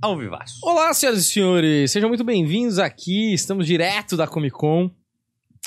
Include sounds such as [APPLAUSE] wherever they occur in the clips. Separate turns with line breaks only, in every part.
ao vivaço.
Olá, senhoras e senhores, sejam muito bem-vindos aqui. Estamos direto da Comic Con.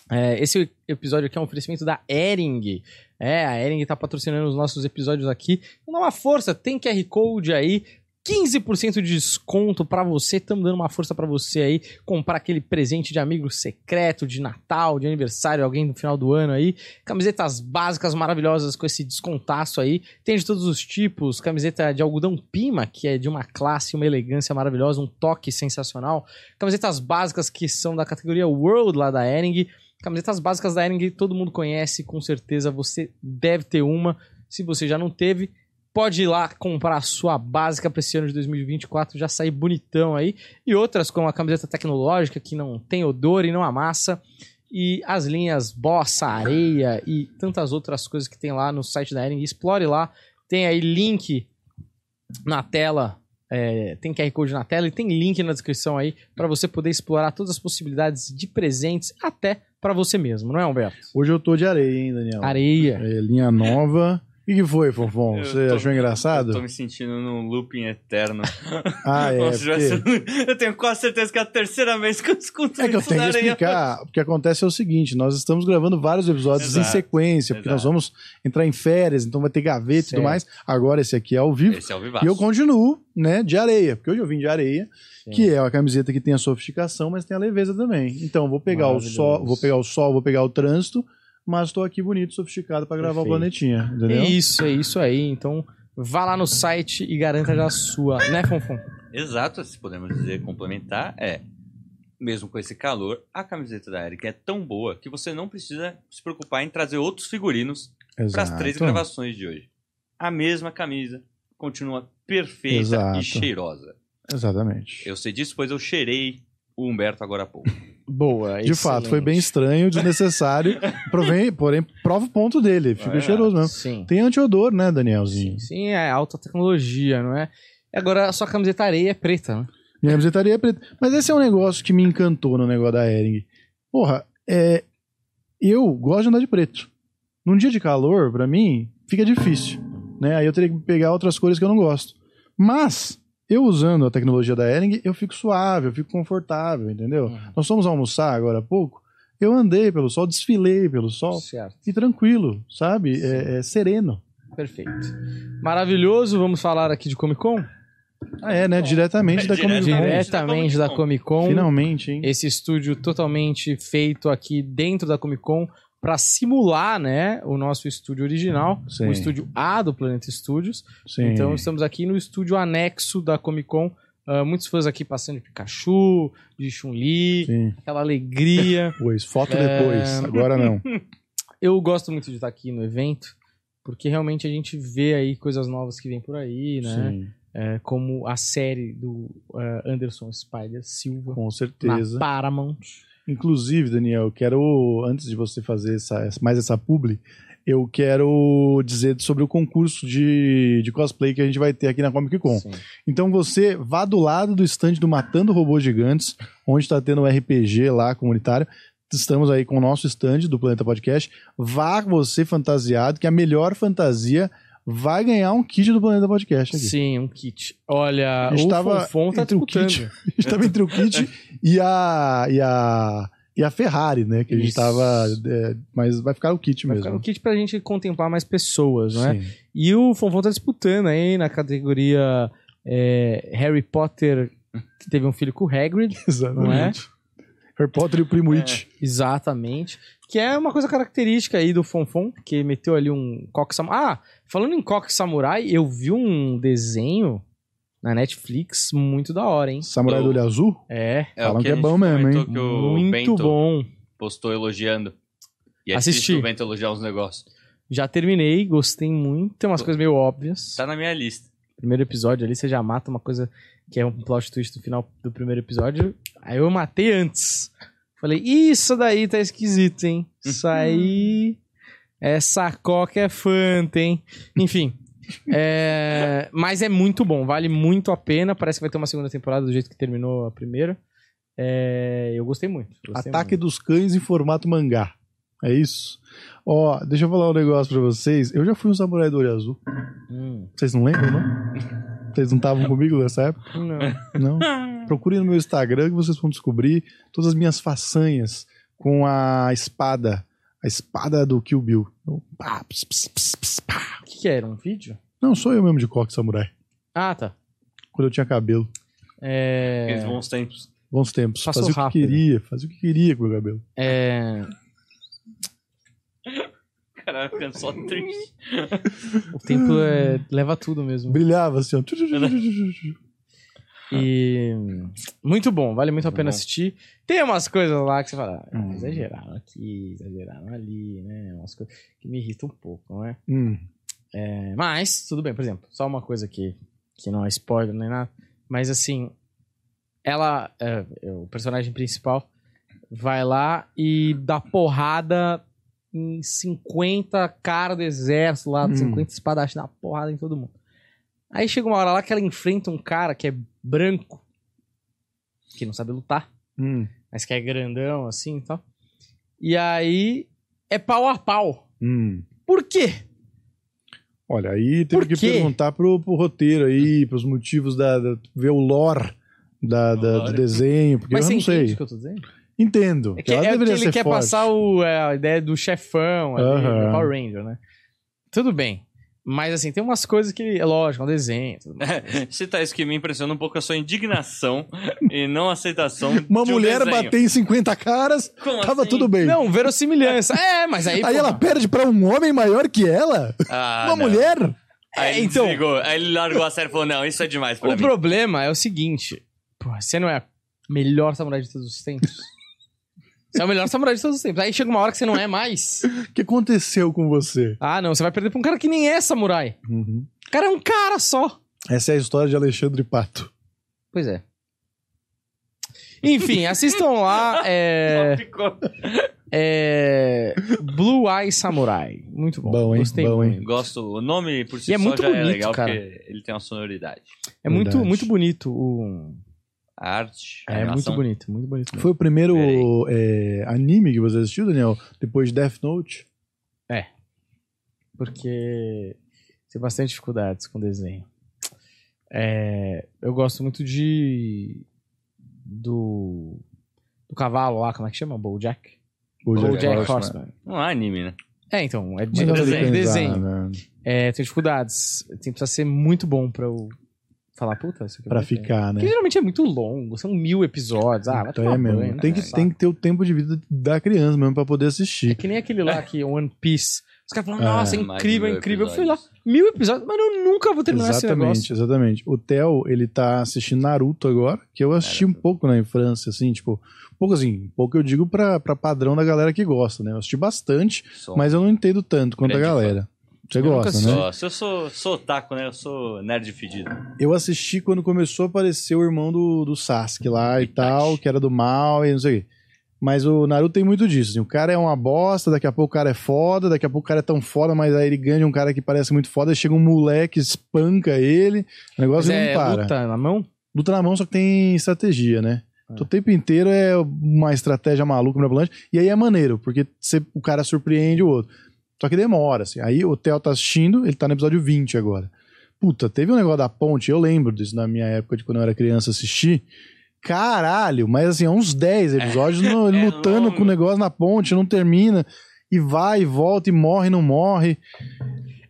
É, esse episódio aqui é um oferecimento da Ering. É, a Ering está patrocinando os nossos episódios aqui. Então dá uma força, tem QR Code aí. 15% de desconto para você. Estamos dando uma força para você aí comprar aquele presente de amigo secreto, de Natal, de aniversário, alguém no final do ano aí. Camisetas básicas maravilhosas com esse descontaço aí. Tem de todos os tipos, camiseta de algodão pima, que é de uma classe, uma elegância maravilhosa, um toque sensacional. Camisetas básicas que são da categoria World lá da Ering. Camisetas básicas da Ering todo mundo conhece, com certeza você deve ter uma. Se você já não teve, pode ir lá comprar a sua básica para esse ano de 2024, já sair bonitão aí. E outras como a camiseta tecnológica que não tem odor e não amassa. E as linhas Bossa, Areia e tantas outras coisas que tem lá no site da Ering. Explore lá. Tem aí link na tela. é, tem QR Code na tela e tem link na descrição aí para você poder explorar todas as possibilidades de presentes até para você mesmo, não é, Humberto?
Hoje eu tô de areia, hein, Daniel?
Areia.
É, linha nova. E que foi, Fonfon?
Eu
Você
tô-
achou engraçado?
Eu tô me sentindo num looping eterno.
Ah,
[LAUGHS]
é.
Como se tivesse- um-
Porque...
[LAUGHS] Eu tenho quase certeza que é a terceira vez que eu escuto
É que eu
isso
tenho
na
que
areia.
explicar. O que acontece é o seguinte: nós estamos gravando vários episódios em
Exato,
sequência, porque nós
exato.
vamos entrar em férias, então vai ter gaveta e tudo
Certo.
mais. Agora esse aqui é ao vivo.
Esse é o
E
vivaço.
eu continuo, né, de areia, porque hoje eu vim de areia,
Sim.
que é uma camiseta que tem a sofisticação, mas tem a leveza também. Então, eu vou pegar o
Maravilhoso.
sol, vou pegar o sol, vou pegar o trânsito, mas tô aqui bonito, sofisticado pra gravar
Perfeito.
o planetinha, entendeu?
É isso, é isso aí. Então, vá lá no site e garanta já a sua, né, Fonfon?
Exato, se podemos dizer complementar, é. Mesmo com esse calor, a camiseta da Eric é tão boa que você não precisa se preocupar em trazer outros figurinos para as
Exato.
três gravações de hoje. A mesma camisa continua perfeita
Exato.
e cheirosa.
Exatamente.
Eu sei disso, pois eu cheirei o Humberto agora há pouco.
Boa,
De fato, foi bem estranho, desnecessário, provém- porém, prova o ponto dele, fica
É.
cheiroso mesmo.
Sim.
Tem antiodor, né, Danielzinho?
né? Sim, sim, é alta tecnologia, não é? E agora a sua camiseta areia é preta, né?
Minha camisetaria é preta. Mas esse é um negócio que me encantou no negócio da Ering. Porra, é... eu gosto de andar de preto. Num dia de calor, pra mim, fica difícil. Né? Aí eu teria que pegar outras cores que eu não gosto. Mas, eu usando a tecnologia da Ering, eu fico suave, eu fico confortável, entendeu?
Uhum.
Nós fomos almoçar agora há pouco. Eu andei pelo sol, desfilei pelo sol.
Certo.
E tranquilo, sabe? É, é sereno.
Perfeito. Maravilhoso, vamos falar aqui de Comic Con?
Ah, é, né? Diretamente da Comic Con.
né?
Direto.
É, Diretamente da Comic Con.
Finalmente, hein?
Esse estúdio totalmente feito aqui dentro da Comic Con para simular, né, o nosso estúdio original,
Sim.
o estúdio A do Planeta Studios.
Sim.
Então estamos aqui no estúdio anexo da Comic Con. Ah, muitos fãs aqui passando de Pikachu, de Chun-Li,
Sim.
aquela alegria.
Pois, foto
É.
depois, agora não.
Eu gosto muito de estar aqui no evento, porque realmente a gente vê aí coisas novas que vêm por aí, né?
Sim,
É, como a série do ah, Anderson Spider Silva
com
na
certeza.
Paramount.
Inclusive, Daniel, eu quero, antes de você fazer essa, essa- mais essa publi, eu quero dizer sobre o concurso de, de cosplay que a gente vai ter aqui na Comic Con.
Sim.
Então você vá do lado do stand do Matando Robôs Gigantes, onde está tendo o RPG lá comunitário. Estamos aí com o nosso stand do Planeta Podcast. Vá você fantasiado, que a melhor fantasia vai ganhar um kit do Planeta Podcast aqui.
Sim, um kit. Olha,
A gente
o
tava
Fonfon tá
entre o
disputando.
kit- a gente tava entre o kit e a, e a, e a Ferrari, né? Que a gente
Isso.
tava. é, mas vai ficar o kit
Vai
mesmo.
ficar um kit pra gente contemplar mais pessoas, né?
Sim. [LAUGHS]
E o Fonfon tá disputando aí na categoria é, Harry Potter, que teve um filho com o Hagrid,
Exatamente.
é?
Harry Potter e o Primo
É.
It.
exatamente. Que é uma coisa característica aí do Fonfon, que meteu ali um coque samurai. Ah, falando em coque samurai, eu vi um desenho na Netflix muito da hora, hein?
Samurai do
Bom.
Olho Azul.
É,
o
Falam que é
a gente
bom mesmo,
comentou
hein?
Que o
muito
Bento
bom.
postou elogiando. E é
Assisti.
difícil o Bento elogiar uns negócios.
Já terminei, gostei muito. Tem umas
Pô.
coisas meio óbvias.
Tá na minha lista.
primeiro episódio ali, você já mata uma coisa que é um plot twist do final do primeiro episódio. Aí eu matei antes. Falei, isso daí tá esquisito, hein? Isso aí. Essa coca é fanta, hein? Enfim. é, Mas é muito bom, vale muito a pena. Parece que vai ter uma segunda temporada do jeito que terminou a primeira. É, Eu gostei muito. gostei
Ataque dos Cães em formato mangá. É isso. Ó, deixa eu falar um negócio pra vocês. Eu já fui um Samurai do Olho Azul.
muito. Hum,
Vocês não lembram, não? Vocês não estavam comigo nessa época?
Não.
Não? Procurem no meu Instagram que vocês vão descobrir todas as minhas façanhas com a espada. A espada do Kill Bill. Eu, pá, ps, ps, ps, ps, pá.
O que, que era? Um vídeo?
Não, sou eu mesmo de coque samurai.
Ah, tá.
Quando eu tinha cabelo.
É...
Aqueles bons tempos.
Bons tempos.
Passou
fazia
rápido. né?
o que queria. Fazia o que queria com o meu cabelo.
é...
Caralho, ficando só triste. [LAUGHS]
O tempo é... leva tudo mesmo. [LAUGHS]
Brilhava assim, ó.
E muito bom, vale muito a pena
Bom.
assistir. Tem umas coisas lá que você fala, ah,
Hum.
exageraram aqui, exageraram ali, né? Umas coisas que me irritam um pouco, não é?
Hum.
É, Mas, tudo bem, por exemplo, só uma coisa que, que não é spoiler nem nada, mas assim, ela, é, é, o personagem principal, vai lá e dá porrada em 50 cara do exército lá,
Hum.
50 espadachos, dá porrada em todo mundo. Aí chega uma hora lá que ela enfrenta um cara que é branco, que não sabe lutar,
Hum.
mas que é grandão assim e tal. E aí é pau a pau.
Hum.
Por quê?
Olha, aí teve
Por
que
quê?
perguntar pro, pro roteiro aí, pros motivos da. da- ver o lore. Da, da- do
Lore.
desenho, porque
Mas
eu
você
não
entende
sei.
o que eu tô dizendo?
Entendo.
É
que
que,
ela
é que
deveria
ele
ser
quer
forte.
passar o- é, a ideia do chefão ali,
Aham.
do Power Ranger, né? Tudo bem. Mas assim, tem umas coisas que. É lógico, é um desenho. Tudo mais.
Citar isso que me impressiona um pouco a sua indignação e não aceitação.
Uma
de um
mulher
desenho.
bater em 50 caras,
Como
tava
assim?
tudo bem.
Não,
[LAUGHS]
verossimilhança. É, mas aí.
aí
porra,
ela perde pra um homem maior que ela?
Ah,
Uma
não.
mulher?
Aí
É,
ele
então.
desligou, aí ele largou a série e falou: Não, isso é demais pra
O
mim. [LAUGHS]
problema é o seguinte: porra, você não é a melhor samurai de todos os
[LAUGHS]
tempos? Você é o melhor samurai de todos os tempos. Aí chega uma hora que você não é mais.
O que aconteceu com você?
Ah, não, você vai perder pra um cara que nem é samurai.
Uhum.
O cara é um cara só.
Essa é a história de Alexandre Pato.
Pois é. Enfim, assistam lá. É...
Só ficou.
É. Blue Eye Samurai. Muito bom.
Bom, hein?
Gostei
Bom, hein?
muito.
Gosto, o nome por si
E é
só
muito
já é
bonito,
legal,
cara.
porque ele tem uma sonoridade.
É muito,
Verdade.
muito bonito o.
A arte, a
É muito
animação.
bonito, muito bonito. mesmo.
Foi o primeiro é, anime que você assistiu, Daniel? Depois de Death Note?
Porque tem bastante dificuldades com desenho. É, eu gosto muito de. Do. Do cavalo lá, como é que chama? Bojack?
Hoje
Bojack
Bojack
Horseman.
Horseman.
Não é anime, né?
É, então, é de
Mas ela
desenho.
tem que pensar,
desenho.
né?
É, tem dificuldades. Tem, precisa ser muito bom pra eu falar, puta, isso aqui é
Pra
muito bem.
ficar, né?
Porque geralmente é muito longo, são mil episódios. Ah, vai
Então
tomar
é mesmo.
banho, né?
tem, que,
Saco.
tem que ter o tempo de vida da criança mesmo pra poder
É
assistir.
que nem aquele lá que One Piece. Os caras falam,
É,
nossa, é
mais
incrível,
de mil
incrível. Eu fui lá,
episódios.
mil episódios, mas eu nunca vou terminar esse é negócio.
Exatamente, exatamente. O Theo, ele tá assistindo Naruto agora, que eu assisti um pouco na infância, assim, tipo, pouco assim, pouco eu digo pra, pra padrão da galera que gosta, né? Eu assisti bastante,
Só-
mas eu não entendo tanto quanto
Grande
a galera. Você
Eu nunca
gosta,
assisti.
né?
Só, se eu sou, sou otaku, né? Eu sou nerd fedido.
Eu assisti quando começou a aparecer o irmão do, do Sasuke lá e tal, que era do mal e não sei o quê. Mas o Naruto tem muito disso. assim, o cara é uma bosta, daqui a pouco o cara é foda, daqui a pouco o cara é tão foda, mas aí ele ganha de um cara que parece muito foda, aí chega um moleque, espanca ele, o
Mas
negócio
é
não para.
luta na mão?
Luta na mão, só que tem estratégia, né?
É.
Então, o tempo inteiro é uma estratégia maluca, mirabolante. E aí é maneiro, porque cê- o cara surpreende o outro. Só que demora, assim. Aí o Theo tá assistindo, ele tá no episódio 20 agora. Puta, teve um negócio da ponte, eu lembro disso na minha época de quando eu era criança assistir. Caralho, mas assim, é uns 10
[LAUGHS]
episódios no-
é
lutando
longo.
com o negócio na ponte, não termina. E vai, e volta, e morre, não morre.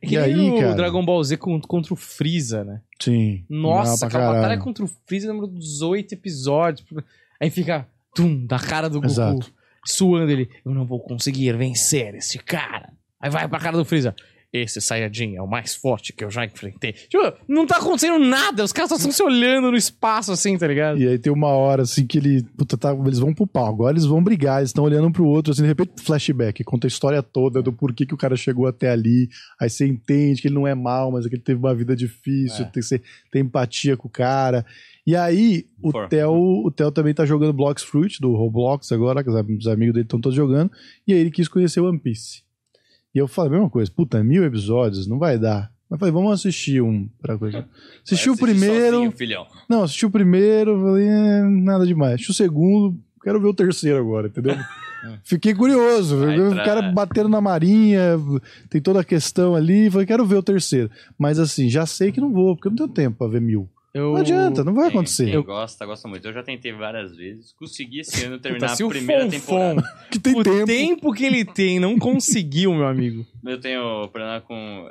É que
E
nem
aí,
o
cara?
Dragon Ball Z con- contra o Freeza, né?
Sim.
Nossa,
legal pra
aquela batalha
caralho.
contra o Freeza número 18 episódios. Aí fica, tum, da cara do Goku.
Exato.
Suando ele, eu não vou conseguir vencer esse cara. Aí vai pra cara do Freeza. Esse Saiyajin é o mais forte que eu já enfrentei. Tipo, não tá acontecendo nada. Os caras só estão se olhando no espaço assim, tá ligado?
E aí tem uma hora assim que ele. Puta, tá, eles vão pro pau, agora eles vão brigar, eles estão olhando um pro outro, assim, de repente, flashback, conta a história toda do porquê que o cara chegou até ali. Aí você entende que ele não é mal, mas é que ele teve uma vida difícil,
É.
tem, você tem empatia com o cara. E aí, o
For-
Theo, o Theo também tá jogando Blocks Fruit do Roblox agora, que os am- os amigos dele estão todos jogando, e aí ele quis conhecer One Piece. E eu falei a mesma coisa, puta, mil episódios, não vai dar. Mas falei, vamos assistir um. Pra
[LAUGHS]
coisa. Assistiu o
Vai assistir
primeiro.
sozinho, filhão. [LAUGHS]
Não, assisti o primeiro, falei, "É, nada demais. Assisti o segundo, quero ver o terceiro agora, entendeu? Fiquei curioso.
Vai
eu- o
entrar. é.
cara batendo na marinha, tem toda a questão ali. Falei, quero ver o terceiro. Mas assim, já sei que não vou, porque eu não tenho tempo pra ver mil.
Eu...
Não adianta, não vai
Quem-
acontecer.
Quem gosta, gosta muito. Eu já tentei várias vezes. Consegui esse ano
Puta,
terminar
se
a
o
primeira
Fonfon,
temporada.
[LAUGHS] Que tem
o
tempo.
tempo que ele tem, não conseguiu,
[LAUGHS]
meu amigo.
Eu tenho problema com.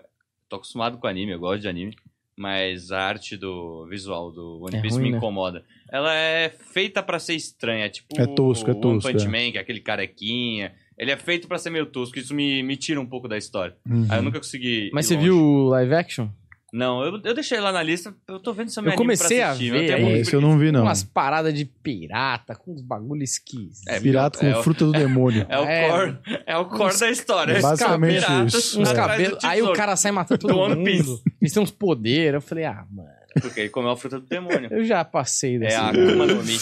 Tô acostumado com anime, eu gosto de anime. Mas a arte do visual do One
É
Piece
ruim,
me
né?
incomoda. Ela é feita pra ser estranha. Tipo,
É tosco, é
o One
tosco,
Punch
é.
Man, que é aquele carequinha. Ele é feito pra ser meio tosco. Isso me, me tira um pouco da história.
Uhum.
Aí eu nunca consegui.
Mas
ir
você
longe.
viu o live action?
Não, eu, eu deixei lá na lista. Eu tô vendo se eu me
Eu
animo
comecei
pra
a
assistir.
ver,
eu
é
tenho um
É,
muito
esse eu não vi, não.
Com umas paradas de pirata, com uns bagulho esquisitos.
É,
Pirata com
é o-
fruta do demônio.
É o
É.
core, é o core da história.
É basicamente
Piratas
isso.
uns
atrás do
cabelos. Aí o
tesouro.
cara sai matando todo
Do One
mundo. Eles têm uns poderes. Eu falei, ah, mano,
Porque ele comeu a fruta do demônio.
eu já passei
É a [LAUGHS]
dessa.
Akuma no Mi.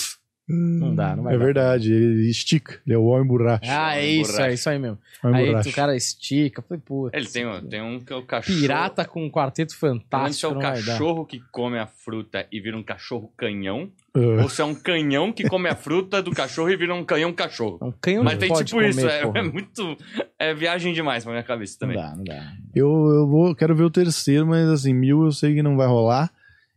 Não dá, não vai
É
dar.
verdade, ele estica. Ele é o homem borracha.
Ah, é
Uma
isso,
um borracha.
é isso aí mesmo.
Ah,
homem
Aí
um borracha.
o cara estica. eu Falei, pô,
Ele tem, um- tem um que é o cachorro.
pirata com um quarteto
Não sei se é
fantástico.
o
Não vai dar.
cachorro que come a fruta e vira um cachorro canhão,
Ah,
ou se é um canhão que come a fruta do cachorro e vira um canhão cachorro.
É um canhão
Mas
de
tem
pode
tipo
comer,
isso, é,
porra.
é muito. É viagem demais pra minha cabeça
Não
também.
dá, não dá.
eu, eu vou, quero ver o terceiro, mas assim, mil eu sei que não vai rolar.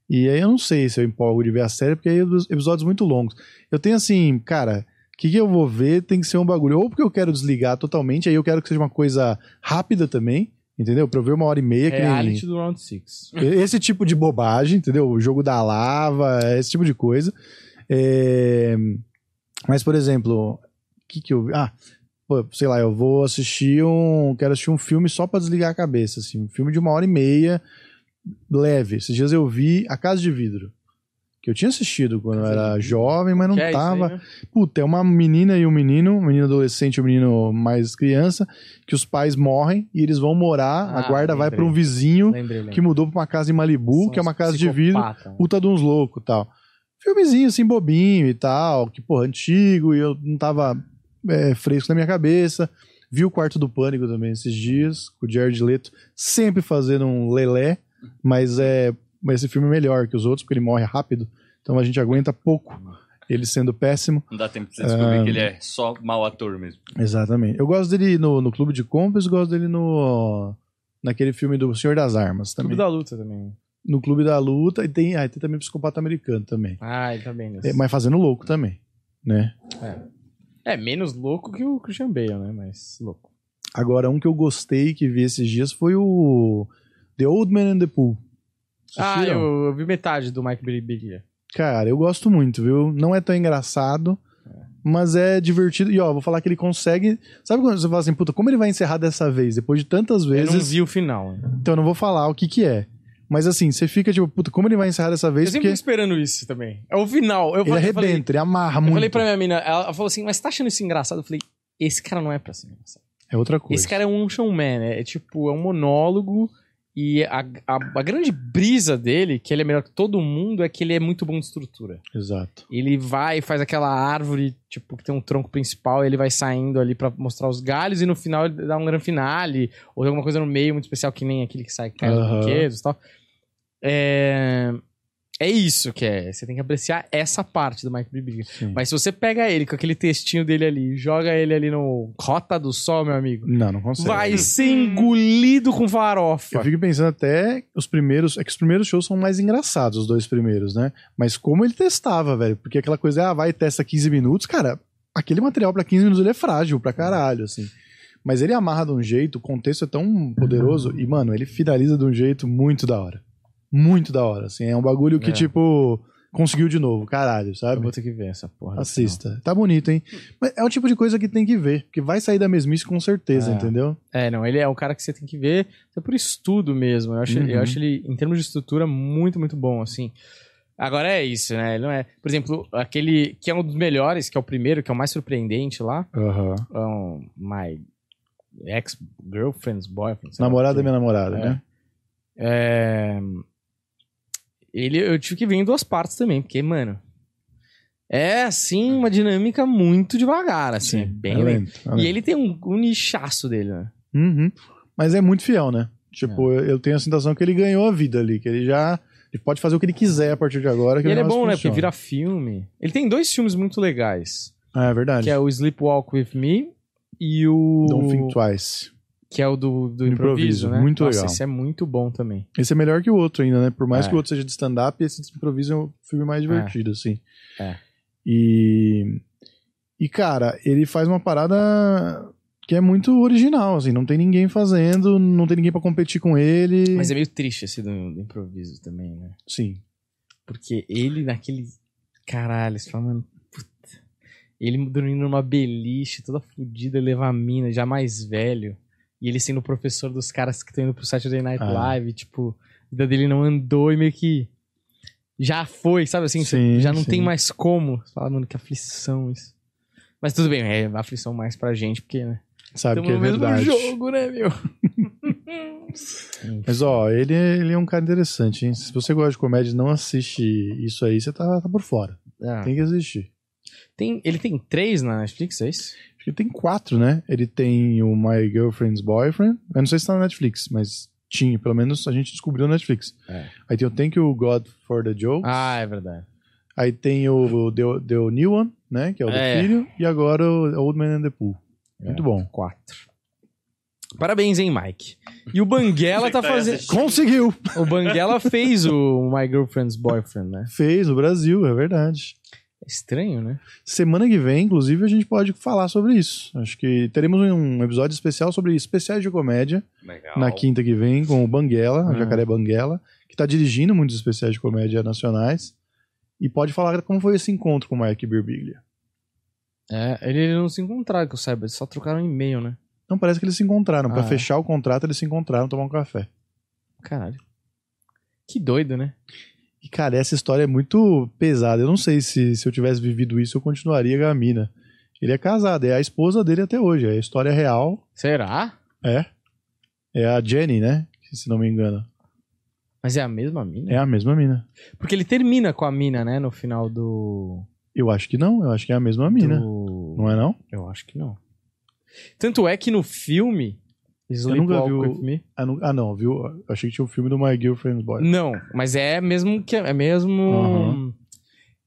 E aí eu não sei se eu empolgo de ver a série, porque aí os episódios muito longos. Eu tenho assim, cara, o que, que eu vou ver tem que ser um bagulho. Ou porque eu quero desligar totalmente, aí eu quero que seja uma coisa rápida também, entendeu? Pra eu ver uma hora e meia. É que nem-
Reality É do Round 6.
[LAUGHS] Esse tipo de bobagem, entendeu? O jogo da lava, esse tipo de coisa. É, Mas, por exemplo, o que que eu vi? Ah, pô, sei lá, eu vou assistir um... Quero assistir um filme só pra desligar a cabeça, assim. Um filme de uma hora e meia, leve. Esses dias eu vi A Casa de Vidro. Que eu tinha assistido quando eu
Casa de
era
Vidro.
jovem, mas não
Que é isso aí,
tava...
né?
Puta, é uma menina e um menino, um menino adolescente e um menino mais criança, que os pais morrem e eles vão morar, a
Ah,
guarda vai
lembrei.
pra um vizinho
Lembrei, lembrei.
que mudou pra uma casa em Malibu,
São
que é uma
uns
casa de vidro,
psicopata, né?
puta de uns loucos e tal. Filmezinho assim, bobinho e tal, que porra, antigo, e eu não tava é, fresco na minha cabeça. Vi o Quarto do Pânico também esses dias, com o Jared Leto sempre fazendo um lelé, mas é mas esse filme é melhor que os outros, porque ele morre rápido, então a gente aguenta pouco ele sendo péssimo.
Não dá tempo pra você descobrir que ele é só mau ator mesmo.
Exatamente. Eu gosto dele no, no Clube de Compras, gosto dele no naquele filme do Senhor das Armas
Clube
também.
da luta também.
No Clube da Luta, e tem, ah, tem também Psicopata Americano também.
Ah, ele tá bem nisso.
É, mas fazendo louco também, né?
É menos louco que o Christian Bale, né? Mas louco.
Agora, um que eu gostei que vi esses dias foi o The Old Man and the Pool.
Ah,
Assistiram?
eu, eu vi metade do Mike Biribiglia.
Cara, eu gosto muito, viu? Não é tão engraçado, mas é divertido. E ó, vou falar que ele consegue... Sabe quando você fala assim, puta, como ele vai encerrar dessa vez? Depois de tantas
Eu não
vezes...
vi o final. né?
Então eu não vou falar o que que é. Mas assim, você fica tipo, puta, como ele vai encerrar dessa
Eu
vez?
sempre
Porque
tô esperando isso também. É o final. Eu
ele
falei, eu
arrebenta,
falei,
ele amarra
eu
muito.
falei pra minha mina, ela ela falou assim, mas tá achando isso engraçado? Eu falei, esse cara não é pra ser engraçado.
É outra coisa.
Esse cara é um action man, né? É tipo, é um monólogo e a, a, a grande brisa dele, que ele é melhor que todo mundo, é que ele é muito bom de estrutura.
Exato.
Ele vai e faz aquela árvore, tipo, que tem um tronco principal, e ele vai saindo ali pra mostrar os galhos, e no final ele dá um grande finale, ou tem alguma coisa no meio muito especial, que nem aquele que sai que cai dos
Aham.
brinquedos e tal. É... é isso que é. Você tem que apreciar essa parte do Mike Bibiga.
Sim.
Mas se você pega ele com aquele textinho dele ali, joga ele ali no Rota do Sol, meu amigo,
Não, não consegue.
vai ser engolido com farofa.
Eu fico pensando até os primeiros. É que os primeiros shows são mais engraçados, os dois primeiros, né? Mas como ele testava, velho? Porque aquela coisa, ah, vai e testa 15 minutos, cara, aquele material pra 15 minutos ele é frágil pra caralho, assim. Mas ele amarra de um jeito, o contexto é tão poderoso, e, mano, ele finaliza de um jeito muito da hora. Muito da hora, assim. É um bagulho que,
É.
tipo, conseguiu de novo, caralho,
Eu
sabe?
vou ter que ver essa porra.
Assista. Tá bonito, hein? Mas é o tipo de coisa que tem que ver, porque vai sair da mesmice com certeza,
É.
entendeu?
É, não, ele é um cara que você tem que ver até por estudo mesmo. Eu acho,
Uhum.
eu acho ele, em termos de estrutura, muito, muito bom, assim. Agora é isso, né? Ele não é. Por exemplo, aquele que é um dos melhores, que é o primeiro, que é o mais surpreendente lá.
Aham.
é um my ex-girlfriend's boyfriend. sei lá
Namorada
o
da
quê.
minha namorada,
É.
né?
É, Ele, eu tive que ver em duas partes também, porque, mano. É, assim, uma dinâmica muito devagar, assim. é bem
É
lento.
lento, é lento.
E ele tem um, um nichaço dele, né?
Uhum. Mas é muito fiel, né? Tipo,
É.
eu- eu tenho a sensação que ele ganhou a vida ali, que ele já ele pode fazer o que ele quiser a partir de agora.
E
Que o
ele é
negócio
bom, né? Porque
funciona.
vira filme. Ele tem dois filmes muito legais.
É verdade.
que é o Sleepwalk With Me e o...
Don't Think Twice.
Que é o do, do
Do
improviso,
improviso,
né?
muito
Nossa,
legal.
esse é muito bom também.
Esse é melhor que o outro ainda, né? Por mais
É.
que o outro seja de stand-up, esse de improviso é o filme mais divertido, assim.
É.
E... E, cara, ele faz uma parada que é muito original, assim. Não tem ninguém fazendo, não tem ninguém pra competir com ele.
Mas é meio triste esse do, do improviso também, né?
Sim.
Porque ele naquele... Caralho, você fala, mano... puta. Ele dormindo numa beliche, toda fodida, levar a mina, já mais velho. E ele sendo o professor dos caras que estão indo pro Saturday Night
Ah.
Live, tipo... A vida dele não andou e meio que... Já foi, sabe assim?
Sim,
já não
sim.
tem mais como. Você fala, mano, que aflição isso. Mas tudo bem, é aflição mais pra gente, porque, né?
Sabe que é
Estamos no
verdade.
mesmo jogo, né, meu?
Mas, ó, ele, ele é um cara interessante, hein? Se você gosta de comédia e não assiste isso aí, você tá, tá por fora.
Ah,
Tem que assistir.
tem- ele tem três na Netflix, é isso?
Acho que tem quatro, né? Ele tem o My Girlfriend's Boyfriend. Eu não sei se tá na Netflix, mas tinha. Pelo menos a gente descobriu na Netflix.
É.
Aí tem o Thank You God for the Joke.
Ah, é verdade.
Aí tem o the, the New One, né? Que é o do
É.
filho. E agora o Old Man and the Pool. Muito
É,
bom.
Quatro. Parabéns, hein, Mike. E o Banguela
Você
tá
tá
fazendo.
assistindo.
Conseguiu!
O Banguela fez o My Girlfriend's Boyfriend, né?
Fez, o Brasil, é verdade.
Estranho, né?
Semana que vem, inclusive, a gente pode falar sobre isso. Acho que teremos um episódio especial sobre especiais de comédia
Legal.
na quinta que vem com o Banguela,
Ah.
o Jacaré Banguela, que tá dirigindo muitos especiais de comédia nacionais. E pode falar como foi esse encontro com o Mike Birbiglia.
É, ele, ele não se encontraram, que eu saiba. Eles só trocaram um e-mail, né?
Não Então, parece que eles se encontraram. Pra
Ah, é?
fechar o contrato, eles se encontraram tomar um café.
Caralho. Que doido, né?
E, cara, essa história é muito pesada. Eu não sei se, se eu tivesse vivido isso, eu continuaria com a mina. Ele é casado, é a esposa dele até hoje. É a história real.
Será?
É. É a Jenny, né? Se não me engano.
Mas é a mesma mina?
É a mesma mina.
Porque ele termina com a mina, né? No final do.
Eu acho que não, eu acho que é a mesma mina.
do-
Não é não?
Eu acho que não. Tanto é que no filme.
nunca
Sleepwalk
vi o-
With Me-
Ah, não, ah, não, viu? Eu achei que tinha o filme do My Girlfriend's Boy.
Não, mas é mesmo que é mesmo.
Aham.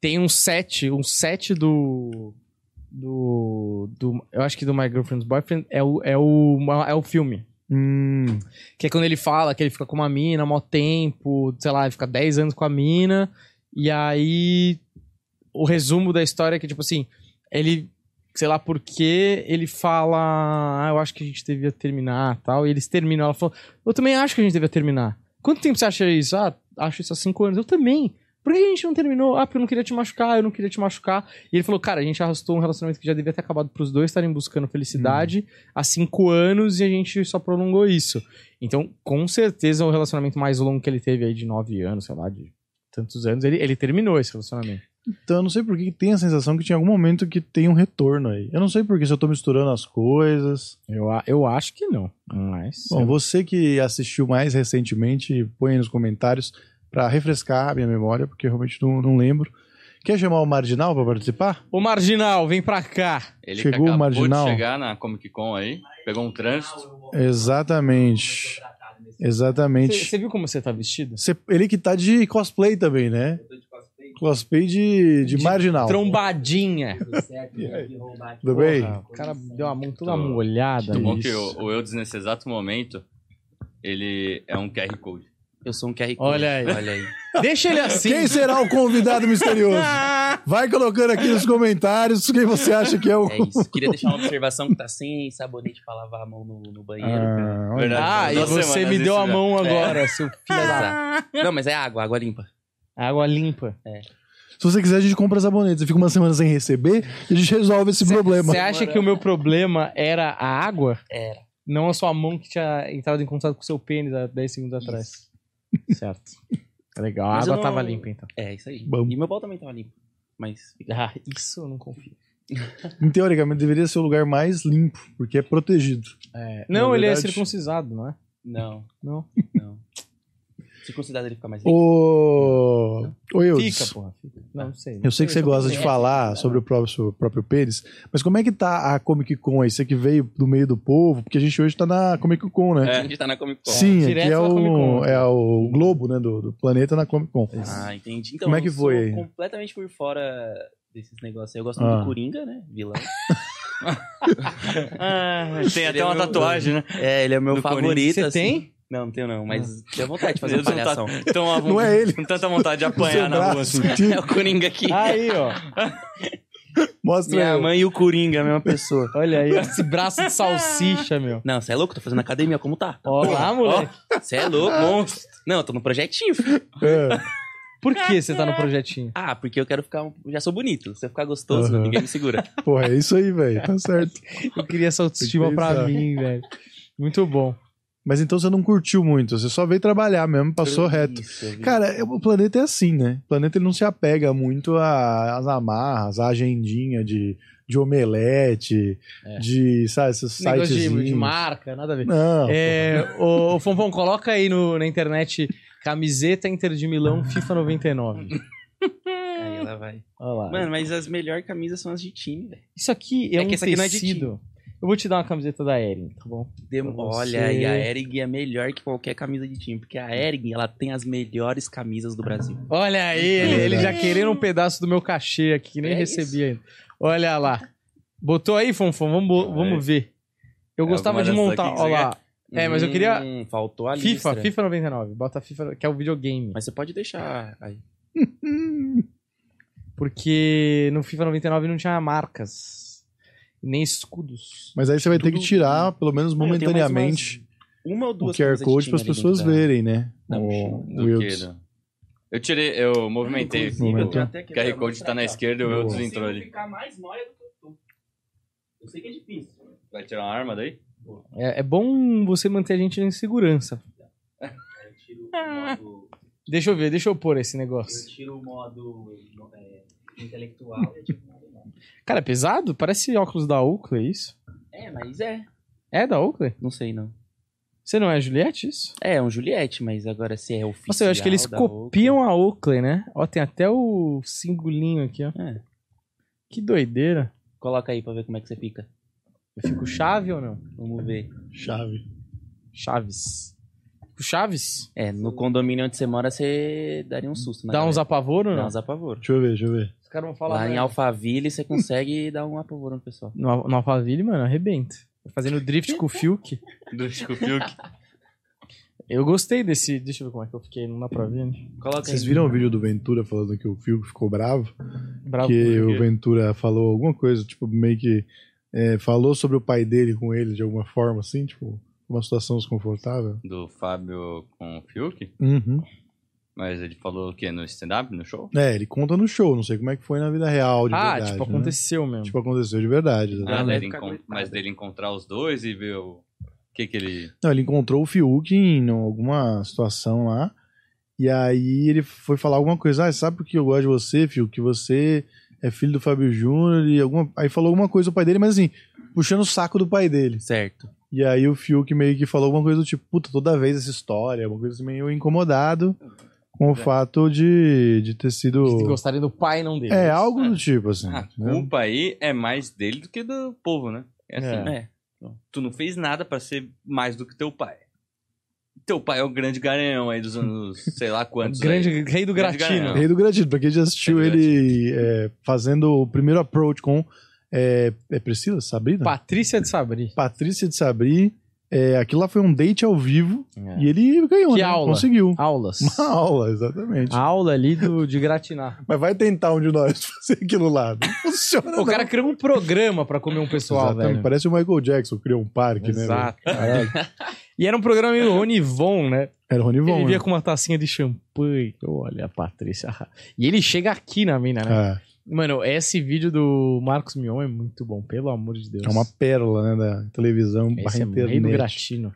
Tem um set, um set do do do eu acho que do My Girlfriend's Boyfriend é o é o é o filme.
Hum,
Que é quando ele fala que ele fica com uma mina mó tempo, sei lá, ele fica 10 anos com a mina e aí o resumo da história é que tipo assim, ele sei lá por quê, ele fala, ah, eu acho que a gente devia terminar, tal, e eles terminam, ela falou, eu também acho que a gente devia terminar. Quanto tempo você acha isso? Ah, acho isso há cinco anos. Eu também. Por que a gente não terminou? Ah, porque eu não queria te machucar, eu não queria te machucar. E ele falou, cara, a gente arrastou um relacionamento que já devia ter acabado pros dois estarem buscando felicidade há cinco anos e a gente só prolongou isso. Então, com certeza, o relacionamento mais longo que ele teve aí de nove anos, sei lá, de tantos anos, ele, ele terminou esse relacionamento.
então eu não sei por que tem a sensação que tinha algum momento que tem um retorno aí. Eu não sei por que se eu tô misturando as coisas.
Eu, a- eu acho que não, mas...
Bom, você que assistiu mais recentemente, põe aí nos comentários pra refrescar a minha memória, porque eu realmente não, não lembro. Quer chamar o Marginal pra participar?
Ô, Marginal, vem pra cá!
Ele
Chegou o
que acabou
marginal?
de chegar na Comic Con aí, pegou um trânsito.
Exatamente. Exatamente.
Você viu como você tá vestido?
Cê- ele que tá de cosplay também, né? Cosplay de, de,
De
marginal.
Trombadinha!
Tudo bem?
Porra, o cara deu a mão toda
Tô-
molhada.
Tá bom
Isso.
que o, o Eudes, nesse exato momento, ele é um QR Code.
Eu sou um QR Code.
Olha aí.
Olha aí.
Deixa ele assim.
Quem será o convidado misterioso?
Ah!
Vai colocando aqui nos comentários quem você acha que é o.
É isso. Queria deixar uma observação que tá sem sabonete pra lavar a mão no, no banheiro.
Ah, olha.
Verdade.
Ah, e
Duas
você
semanas
me deu
isso
a
já.
mão agora, seu filho da...
Exato. Não, mas é água, água limpa.
Água limpa.
Se você quiser, a gente compra sabonete. Você fica uma semana sem receber e a gente resolve esse problema.
Você acha que o meu problema era a água?
Era.
Não a sua mão que tinha entrado em contato com o seu pênis há 10 segundos atrás. Certo. Legal, a
Mas eu
água
não-
tava limpa então.
É, isso aí.
Bom.
E meu pau também tava limpo. Mas
Ah, isso eu não confio.
Teoricamente, deveria ser o lugar mais limpo, porque é protegido.
não,
na
ele é
verdade-
circuncisado, não é?
não,
Não.
não. Se considerar ele ficar mais limpo.
Ô. Ô, Eudes.
Fica, porra. Fica. Não sei.
Eu sei que você gosta de
É,
falar
é.
sobre o próprio, seu- próprio Pênis, mas como é que tá a Comic Con aí? Você que veio do meio do povo, porque a gente hoje tá na Comic Con, né?
É.
A gente tá na Comic Con.
Sim,
Direto
aqui é
na Comic
o,
Con.
é o globo né, do, do planeta na Comic Con.
Ah, entendi. Então,
Como é que
eu
foi
sou
aí?
completamente por fora desses negócios aí. Eu gosto muito
Ah.
do Coringa, né? Vilão.
Tem
Ele
até
é
uma
meu-
tatuagem, né?
É, ele é o meu
Do
favorito.
Você
assim.
tem? Ah.
Não, não tenho não, mas tenho vontade de fazer uma
um
Deus, não tá-
palhação.
Então, a-
Não é ele.
Com tanta vontade de
Seu
apanhar na rua.
braço,
assim.
tio,
É o Coringa aqui.
Aí, ó.
Mostra
Minha
aí.
mãe e o Coringa, a mesma pessoa.
Olha aí, esse braço de salsicha, meu.
Não, você é louco? Tô fazendo academia, como tá?
Ó lá, moleque.
Você é louco?
Ah.
Monstro. Não, eu tô no projetinho, filho.
É.
Por que você tá no projetinho?
Ah, porque eu quero ficar... um- Já sou bonito. Se eu ficar gostoso,
Aham.
ninguém
[LAUGHS]
me segura.
Porra, é isso aí, velho. Tá certo.
Eu queria essa autoestima pra
Pensar.
mim, velho. Muito bom.
Mas então você não curtiu muito, você só veio trabalhar mesmo, passou reto.
Isso, eu vi.
Cara, eu- o planeta é assim, né? O planeta ele não se apega muito a- às amarras, à agendinha de, de omelete,
É.
de, sabe, esses sites.
Negócio de, de marca, nada a ver.
Não.
É, ô, ô, Fonfon, coloca aí no- na internet camiseta Inter de Milão FIFA 99.
Aí ela vai.
Olha lá.
Mano, mas as melhores camisas são as de time, velho.
isso aqui é,
é
um
que essa aqui não é de
tecido. Eu vou te dar uma camiseta da Eren, tá bom?
Demo-
Pra você.
Olha, e a Eric é melhor que qualquer camisa de time, porque a Eric, ela tem as melhores camisas do Brasil.
Olha aí, ele, ele já querendo um pedaço do meu cachê aqui, que nem
É
recebi ainda. Olha lá. Botou aí, Fonfon? Vamos, bo-
Aí.
vamos ver. Eu
É,
gostava de
alguma
montar.
dessas aqui
Olha
que você
lá. É, mas eu queria-
Hum, faltou a
FIFA,
listra.
FIFA 99. Bota FIFA, que é o videogame.
Mas você pode deixar
É,
aí.
Porque no FIFA 99 não tinha marcas. Nem escudos.
Mas aí você vai ter que
É Tudo-
tirar, pelo menos
Ah, eu tenho mais
momentaneamente,
Uma ou
o
duas
QR
camisas de
Code
time
para as
ali
pessoas
dentro da-
verem, né?
da mochila.
O
Do
Wilds.
que, né? Eu tirei, eu movimentei.
Inclusive,
aqui,
eu
o
tenho
até que-
QR Code tá na esquerda e o
Boa.
Wilds entrou
Eu
ali.
consigo ficar mais nóia do que eu tô. Eu sei que é difícil.
Vai tirar uma arma daí?
É, é bom você manter a gente em segurança.
Eu tiro o modo,
Deixa eu ver, deixa eu pôr esse
eu
negócio.
tiro o modo é, intelectual. é tipo-
Cara, é pesado? Parece óculos da Oakley, isso?
É, mas é.
É da Oakley?
Não sei, não.
Você não é a Juliette, isso?
É, é um Juliette, mas agora se é oficial.
Nossa, eu acho que eles
da
copiam a Oakley, né? Ó, tem até o singulinho aqui, ó.
É.
Que doideira.
Oakley. Coloca aí pra ver como é que você fica.
Eu fico chave ou não?
Vamos ver.
Chave.
Chaves. Fico Chaves?
É, no condomínio onde você mora, você daria um susto, né?
Dá uns
galera?
apavoros ou
Dá
não?
uns apavoro.
Deixa eu ver, deixa eu ver.
Os caras vão
Lá
pra
em
mim.
Alphaville, você consegue [LAUGHS] dar um apavoro no pessoal.
No, Al- no Alphaville, mano, arrebenta. Fazendo drift com o Fiuk.
Do Chico Fiuk.
[LAUGHS]
Eu gostei desse. Deixa eu ver como é que eu fiquei, não dá pra ver. Né?
Coloca
Vocês
aí.
viram o vídeo do Ventura falando que o Fiuk ficou bravo?
Bravo.
que
por quê?
o Ventura falou alguma coisa, tipo, meio que é, falou sobre o pai dele com ele de alguma forma, assim, tipo, uma situação desconfortável.
Do Fábio com o Fiuk.
Uhum.
Mas ele falou o quê? No stand-up, no show?
É, ele conta no show, não sei como é que foi na vida real, de
ah,
verdade.
tipo,
né?
aconteceu né? mesmo.
Tipo, aconteceu de verdade.
Ah,
exatamente.
deve
dele
ficar
encon-
coitado.
mas dele encontrar os dois e ver o que que ele...
Não, ele encontrou o Fiuk em alguma situação lá. E aí ele foi falar alguma coisa. Ah, sabe por que eu gosto de você, Fiuk? Que você é filho do Fábio Júnior. E alguma... Aí falou alguma coisa do pai dele, mas assim, puxando o saco do pai dele.
Certo.
E aí o Fiuk meio que falou alguma coisa do tipo, puta, toda vez essa história. Uma coisa assim, meio incomodado com o fato de, de ter
Vocês
sido...
gostarem do pai, não dele.
É, algo do tipo, assim.
A
né?
culpa aí é mais dele do que do povo, né? É assim,
É.
É.
tu não fez nada pra ser mais do que teu pai. Teu pai é o grande garanhão aí dos
[LAUGHS]
anos, sei lá
O
quantos.
grande
aí.
rei do
Grande
gratino.
ganhão.
Rei do Gratidão. Pra quem já assistiu
Rei do
ele é, fazendo o primeiro approach com. É, é Priscila? Sabrina?
Patrícia de Sabri.
Patrícia de Sabri. É, aquilo lá foi um date ao vivo e ele ganhou,
Que
né?
aula. Ah.
Conseguiu.
Aulas.
Uma aula, exatamente.
A aula ali do, de gratinar.
Mas vai tentar um de nós [LAUGHS] fazer aquilo lá. Não funciona.
O cara criou um programa pra comer um pessoal,
Exatamente.
velho.
Parece o Michael Jackson, criou um parque, é né?
Exato.
velho? Caralho.
E era um programa meio Onivon, né?
Era o Rony
Ele
Von.
via
Né?
com uma tacinha de champanhe. Olha a Patrícia. E ele chega aqui na mina, né?
É,
Mano, esse vídeo do Marcos Mion é muito bom, pelo amor de Deus.
é uma pérola, né? Da televisão barra
Esse é o
internet.
rei do gratino.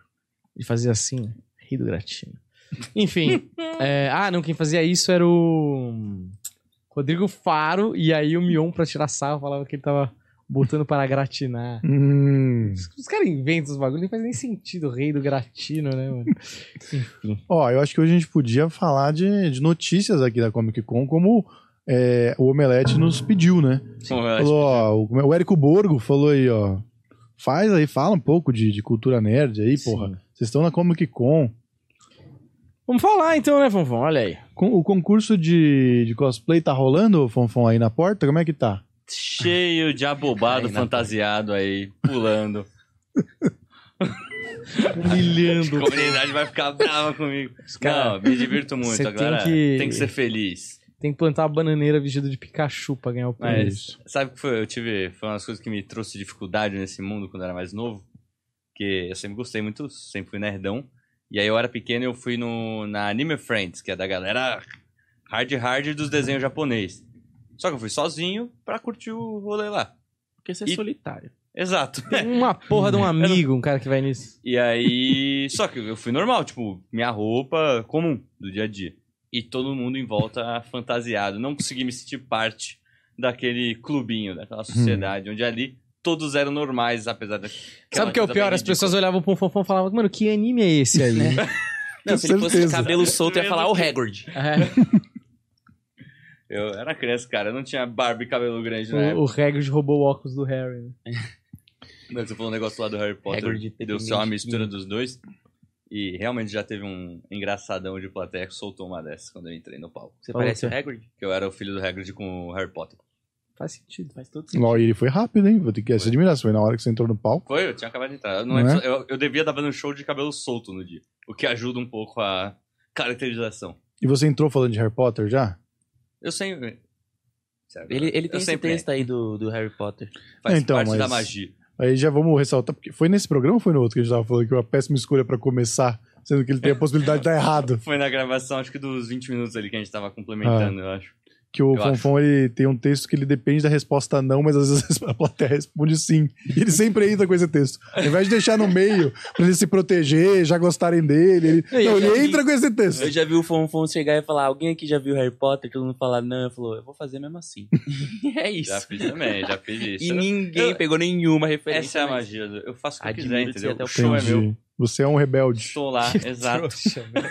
Ele fazia assim, né? rei do gratino.
[LAUGHS]
Enfim. é, ah, não, quem fazia isso era o Rodrigo Faro, e aí o Mion, pra tirar sarro, falava que ele tava botando para gratinar.
Hum.
Os, os caras inventam os bagulhos, não faz nem sentido, rei do gratino, né, mano? Enfim.
Ó, eu acho que hoje a gente podia falar de, de notícias aqui da Comic Con, como é, o Omelete nos pediu, né? Falou, ó, o, o Érico Borgo falou aí, ó. Faz aí, fala um pouco de, de cultura nerd aí, porra. Vocês estão na Comic Con.
Vamos falar então, né, Fonfon? Olha aí.
Con- O concurso de, de cosplay tá rolando, Fonfon, aí na porta? Como é que tá?
Cheio de abobado
Ai, Natal.
fantasiado aí,
[LAUGHS]
pulando.
Humilhando.
A comunidade vai ficar brava comigo.
cara-
Não, me divirto muito.
Cê tem
Agora
que-
tem que ser feliz.
Tem que plantar a bananeira vestida de Pikachu pra ganhar o prêmio.
Mas Sabe o que foi? Eu tive. Foi uma das coisas que me trouxe dificuldade nesse mundo quando eu era mais novo. Que eu sempre gostei muito, sempre fui nerdão. E aí eu era pequeno e eu fui no, na Anime Friends, que é da galera hard hard dos desenhos japonês. Só que eu fui sozinho pra curtir o rolê lá.
Porque você é
E-
solitário.
Exato.
Tem Uma porra de um amigo, um cara que vai nisso.
E aí. [LAUGHS] Só que eu fui normal, tipo, minha roupa comum do dia a dia. E todo mundo em volta [LAUGHS] fantasiado. Não consegui me sentir parte daquele clubinho, daquela sociedade, onde ali todos eram normais, apesar da.
Sabe o que é o pior? As pessoas olhavam pro Fonfon e falavam, mano, que anime é esse aí?
Não, se ele fosse de
certeza.
cabelo solto, ia falar o Hagrid.
É,
Eu era criança, cara, eu não tinha barba e cabelo grande na
o,
época.
o Hagrid roubou o óculos do Harry. né?
Mas Você falou um negócio lá do Harry Potter,
Hagrid
que deu
tem
só uma
mente
mistura dos dois. E realmente já teve um engraçadão de plateia que soltou uma dessas quando eu entrei no palco.
Você
Falou
parece o
que-
Hagrid?
Que eu era o filho do Hagrid com o Harry Potter.
Faz sentido.
Faz todo sentido.
Ó, e ele foi rápido, hein? Vou ter que se admirar. se Foi na hora que você entrou no palco.
Foi, eu tinha acabado de entrar. Eu, não
Não é?
lembro se- eu, eu devia estar fazendo show de cabelo solto no dia. O que ajuda um pouco a caracterização.
E você entrou falando de Harry Potter já?
Eu sempre. Sério,
Ele, ele
eu
tem né? esse
sempre
texto aí do, do Harry
[LAUGHS]
Potter.
Faz
Então,
parte
mas-
da magia.
Aí já vamos ressaltar, porque foi nesse programa ou foi no outro que a gente tava falando que é uma péssima escolha pra começar, sendo que ele tem a possibilidade de dar errado.
Foi na gravação, acho que dos 20 minutos ali que a gente tava complementando,
Ah.
eu acho.
Que o
Eu acho.
Fonfon, ele tem um texto que ele depende da resposta não, mas às vezes [LAUGHS] a plateia responde sim. E ele sempre entra com esse texto. Ao invés de deixar no meio, pra ele se proteger, já gostarem dele, ele,
E aí,
não,
e aí?
ele entra com esse texto.
Eu já vi o Fonfon chegar e falar, alguém aqui já viu Harry Potter? Todo mundo falar, não. Ele falou, eu vou fazer mesmo assim. [LAUGHS]
Já
é isso.
fiz também, já fiz
E
isso.
ninguém
eu-
pegou nenhuma referência.
Essa é a
mas-
magia. do- Eu faço o que eu quiser,
Admiro-te
entendeu?
até
O
o
show é
Entendi.
meu.
Você é um rebelde.
Estou
[LAUGHS]
lá, exato.
Trouxa, velho.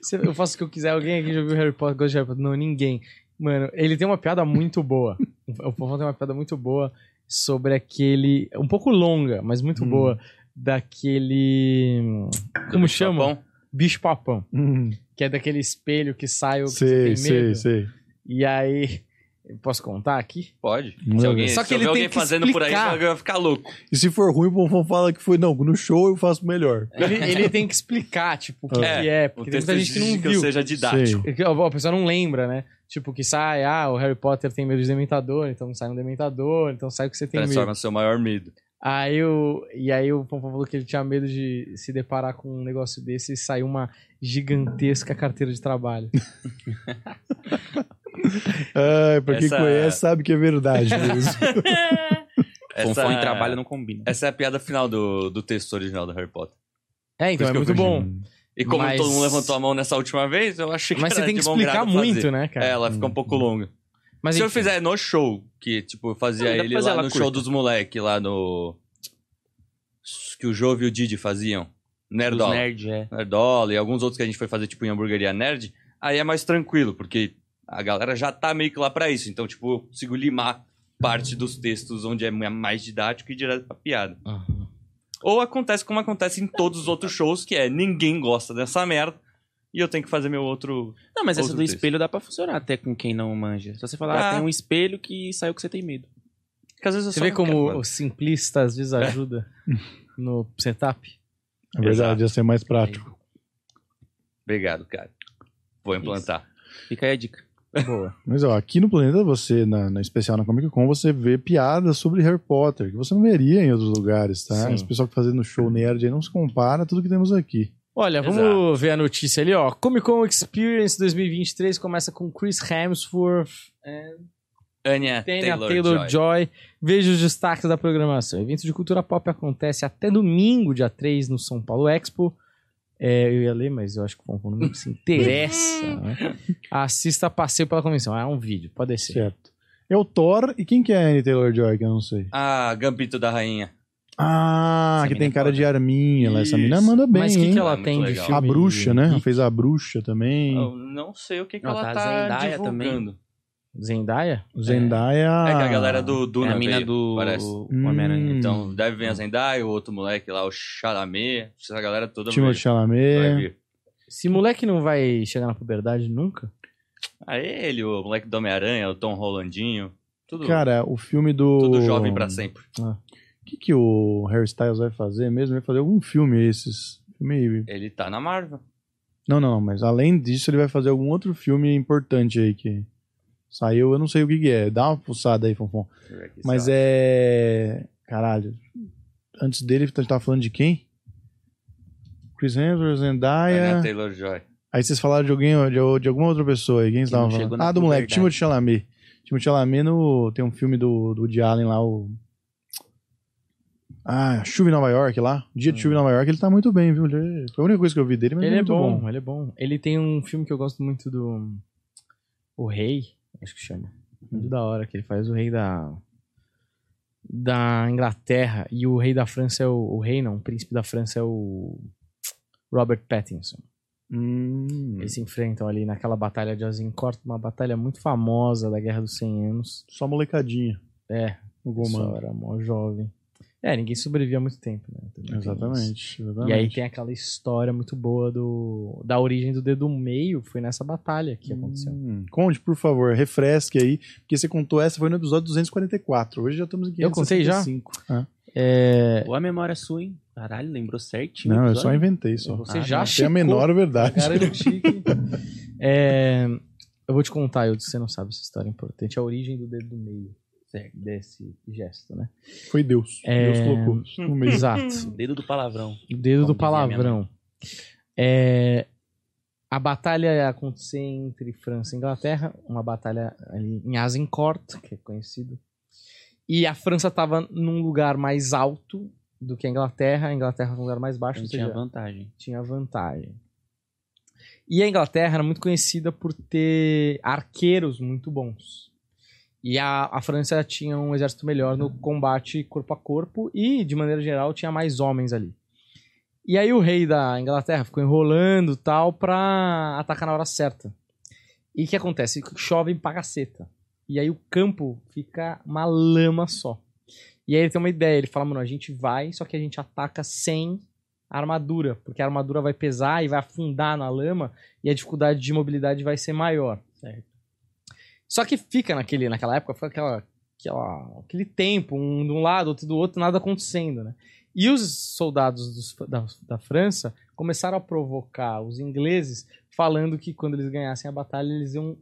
Se eu faço o que eu quiser. Alguém aqui já viu Harry Potter? Gosta de Harry Potter? Não, ninguém. Mano, ele tem uma piada muito boa. O Fofão tem uma piada muito boa sobre aquele. Um pouco longa, mas muito
Hum.
boa. Daquele. Como chama?
Japão.
Bicho-papão.
Hum,
Que é daquele espelho que sai o que
sei,
você tem medo.
sei, sei.
E aí. eu Posso
[LAUGHS]
contar aqui?
Pode.
Mano.
Se alguém,
Só que
se eu
ele
ver
tem
alguém
que
fazendo por aí,
explicar.
vai ficar louco.
E se for ruim, o Fonfon fala que foi, não, no show eu faço melhor.
Ele, ele tem que explicar, tipo, o que
É,
que é.
O
Porque tem
texto
muita gente que não
exige que
viu.
eu seja didático.
Sei.
É que A a pessoa não lembra, né? Tipo, que sai, ah, o Harry Potter tem medo de dementador, então sai um dementador, então sai o que você tem medo.
Transforma seu maior medo.
Aí o, e aí o Pompom falou que ele tinha medo de se deparar com um negócio desse e saiu uma gigantesca carteira de
[LAUGHS]
trabalho.
Ai, pra quem
Essa-
conhece sabe que é verdade [LAUGHS] mesmo.
Fonfon e trabalho não combinam.
Essa é a piada final do, do texto original do Harry Potter.
É, então é
Por isso que
muito
eu
bom.
E como
Mas-
todo mundo levantou a mão nessa última vez, eu achei que
Mas você
era
tem que
de bom
explicar
grado
muito,
fazer.
né, cara?
É, ela fica um pouco longa.
Mas
Se eu
enfim,
fizer no show, que tipo, eu fazia
Não, dá pra
ele
fazer
lá
ela
no
curta.
show dos moleque lá no... Que o Jove e o Didi faziam.
Os
Nerdola.
nerd, é.
Nerdola e alguns outros que a gente foi fazer, tipo, em hamburgueria nerd, aí é mais tranquilo, porque a galera já tá meio que lá pra isso. Então, tipo, eu consigo limar parte dos textos onde é mais didático e direto pra piada.
Aham.
Ou acontece como acontece em todos os outros shows, que é ninguém gosta dessa merda e eu tenho que fazer meu outro.
Não, mas essa
Outro
do
texto.
espelho dá pra funcionar até com quem não manja. Só você falar, ah,
Ah.
tem um espelho que saiu que você tem medo.
Porque às vezes eu
você
só
vê
não quero,
como
mano.
o simplista às
[LAUGHS]
vezes ajuda no setup?
É verdade,
Exato.
ia ser mais prático.
Obrigado, cara. Vou implantar.
Fica aí a dica.
Boa.
Mas ó, aqui no Planeta você, na, na especial na Comic Con, você vê piadas sobre Harry Potter, que você não veria em outros lugares, tá?
Sim.
Esse pessoal que fazendo show nerd aí não se compara a tudo que temos aqui.
Olha, vamos
Exato.
ver a notícia ali, ó. Comic Con Experience 2023 começa com Chris Hemsworth
Anya
Tênia
Taylor, Joy.
Taylor-Joy. Veja os destaques da programação. O evento de cultura pop acontece até domingo, dia 3, no São Paulo Expo. É, eu ia ler, mas eu acho que o Pompom não se interessa.
[LAUGHS]
né? Assista passeio pela convenção. Ah, é um vídeo, pode descer.
Certo. É o Thor e quem que é a Annie Taylor-Joy, que eu não sei.
Ah, Gambito da Rainha.
Ah,
Essa
que
mina
tem
é
cara
foda.
de arminha, lá. essa mina
Isso.
manda bem,
mas o que,
hein?
que ela
É, Muito
tem de
legal.
filme?
A né? bruxa, né? Ela fez a bruxa também.
Hum.
Eu não sei o que, que
Não,
ela
tá a
tá
Zendaya também.
divulgando.
Zendaya?
Zendaya.
É que a galera do Duna
é a mina
veio,
do
parece.
Homem-Aranha.
Hum.
Então, deve vir a Zendaya, o outro moleque lá, o Chalamet, essa galera toda
Timothée
veio, vai
Chalamet.
vir.
Esse moleque não vai chegar na puberdade nunca?
Ah, ele, o moleque do Homem-Aranha, o Tom Hollandinho, tudo,
Cara, o filme do.
tudo jovem pra sempre.
O que, que o Harry Styles vai fazer mesmo? Ele Vai fazer algum filme esses. Filme...
Ele tá na Marvel.
Não, não, não, mas além disso, ele vai fazer algum outro filme importante aí que saiu. Eu não sei o que, que é. Dá uma pulsada aí, Fonfon.
Deixa eu ver aqui,
Mas
sei lá.
é. Caralho. Antes dele, a gente tava falando de quem? Chris
Tanya
Hemsworth, Zendaya.
Taylor-Joy.
Aí vocês falaram de alguém, de, de alguma outra pessoa aí. Quem vocês
Que não
estavam
chegou
falando?
na
Ah, do moleque,
puberdade.
Timothée Chalamet. Timothée Chalamet no, tem um filme do, do Woody Allen lá, o... Ah, Chuva em Nova York lá. Dia de Chuva em Nova York, ele tá muito bem, viu? Ele- Foi a única coisa que eu vi dele, mas
Uhum. Ele é
muito
bom, ele é bom. Ele tem um filme que eu gosto muito do. O Rei, acho que chama. Muito da hora, que ele faz o Rei da. Da Inglaterra. E o Rei da França é o. O Rei não, o Príncipe da França é o. Robert Pattinson.
Hum,
Eles se enfrentam ali naquela batalha de Azincourt, uma batalha muito famosa da Guerra dos 100 Anos.
só molecadinha.
É,
O
o
Gomando.
era mó jovem. É, ninguém sobrevivia há muito tempo, né? Também tem isso.
Exatamente, exatamente.
E aí tem aquela história muito boa do da origem do dedo meio, foi nessa batalha que aconteceu.
Hum, conte, por favor, refresque aí, porque você contou essa, foi no episódio 244. Hoje já estamos em
Eu contei já?
565. Ah.
É,
Boa memória sua, hein? Caralho, lembrou certinho.
Não,
o
eu só
episódio.
inventei só.
você
Ah,
já
não,
Não tem
chegou.
a
[LAUGHS]
menor verdade.
Garanti que... É, eu vou te contar, eu você não sabe essa história importante, a origem do dedo meio é,
Certo.
desse gesto, né?
Foi Deus.
É.
Deus colocou isso no meio.
Exato.
Dedo do palavrão.
O dedo
Como
do
dizia minha
palavrão. É, a batalha ia acontecer entre França e Inglaterra, uma batalha ali em Azincourt, que é conhecido. E a França estava num lugar mais alto do que a Inglaterra, a Inglaterra num lugar mais baixo,
Não
ou
tinha
seja,
vantagem.
tinha vantagem. E a Inglaterra era muito conhecida por ter arqueiros muito bons. E a, a França tinha um exército melhor no combate corpo a corpo e, de maneira geral, tinha mais homens ali. E aí o rei da Inglaterra ficou enrolando tal pra atacar na hora certa. E o que acontece? Chove pra caceta. E aí o campo fica uma lama só. E aí ele tem uma ideia, ele fala, mano, a gente vai, só que a gente ataca sem armadura, porque a armadura vai pesar e vai afundar na lama e a dificuldade de mobilidade vai ser maior. Certo. Só que fica naquele, naquela época, foi aquela, aquela, aquele tempo, um de um lado, outro do outro, nada acontecendo, né? E os soldados dos- da, da França começaram a provocar os ingleses, falando que quando eles ganhassem a batalha, eles iam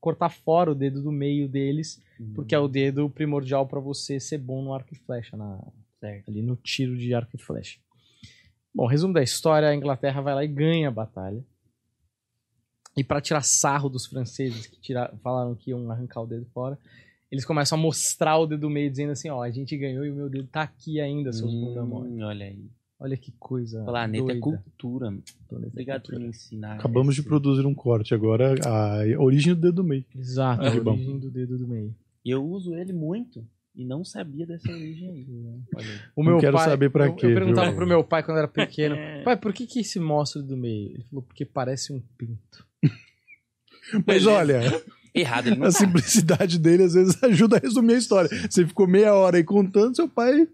cortar fora o dedo do meio deles, porque é o dedo primordial para você ser bom no arco e flecha, na,
Certo.
ali no tiro de arco e flecha. Bom, resumo da história, a Inglaterra vai lá e ganha a batalha. E para tirar sarro dos franceses que tira, falaram que iam arrancar o dedo fora, eles começam a mostrar o dedo do meio dizendo assim, ó, a gente ganhou e o meu dedo tá aqui ainda, seus bunda mole.
Hum, olha aí.
Olha que coisa
Planeta é
Tá doida.
cultura. mano.
Planeta é
Obrigado por
cultura.
me ensinar.
Acabamos de
esse-
produzir um corte agora, a origem do dedo
[LAUGHS]
do meio.
Exato,
Ah,
a
que bom.
origem do dedo do meio.
E eu uso ele muito. E não sabia dessa origem aí. né? Olha aí.
O
Não
meu
quero
pai,
saber pra
eu,
quê,
eu perguntava
viu?
pro meu pai quando eu era pequeno, [LAUGHS] pai, por que que esse mostra do meio? Ele falou, porque parece um pinto.
Mas
Beleza.
olha, [LAUGHS]
Errado, ele não
a simplicidade dele às vezes [LAUGHS] ajuda a resumir a história. Você ficou meia hora aí contando, seu pai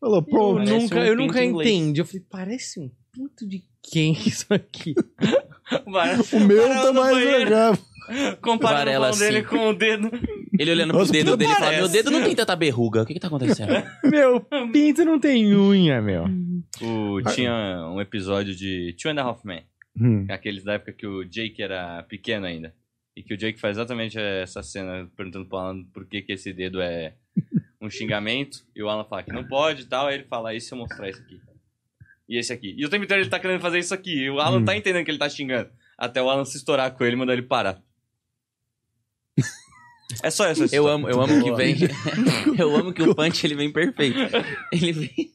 falou,
Eu
pronto.
Parece
nunca,
um
eu
pinto
nunca
inglês.
entendi. Eu falei, parece um pinto de quem [LAUGHS] isso aqui?
[LAUGHS] O meu
Parou
tá
no
mais
banheiro.
legal.
Comparando
Varela,
o pão dele
assim.
com o dedo.
Ele olhando
Nossa,
pro dedo
não
dele e fala:
parece.
Meu dedo não tem
[LAUGHS]
tanta berruga. O que que tá acontecendo?
meu, pinto não tem um. unha, meu.
O- tinha um episódio de Two and a Half Men.
Hum.
Aqueles da época que o Jake era pequeno ainda. E que o Jake faz exatamente essa cena, perguntando pro Alan por que, que esse dedo
[LAUGHS]
é um xingamento. E o Alan fala que não pode e tal. Aí ele fala, e se eu mostrar isso aqui? E esse aqui. E o tempo inteiro ele tá querendo fazer isso aqui. E o Alan
Hum.
tá entendendo que ele tá xingando. Até o Alan se estourar com ele e mandar ele parar. é só essa
Eu
história.
amo, eu amo que vem.
[LAUGHS]
eu amo que o punch ele vem perfeito. Ele vem,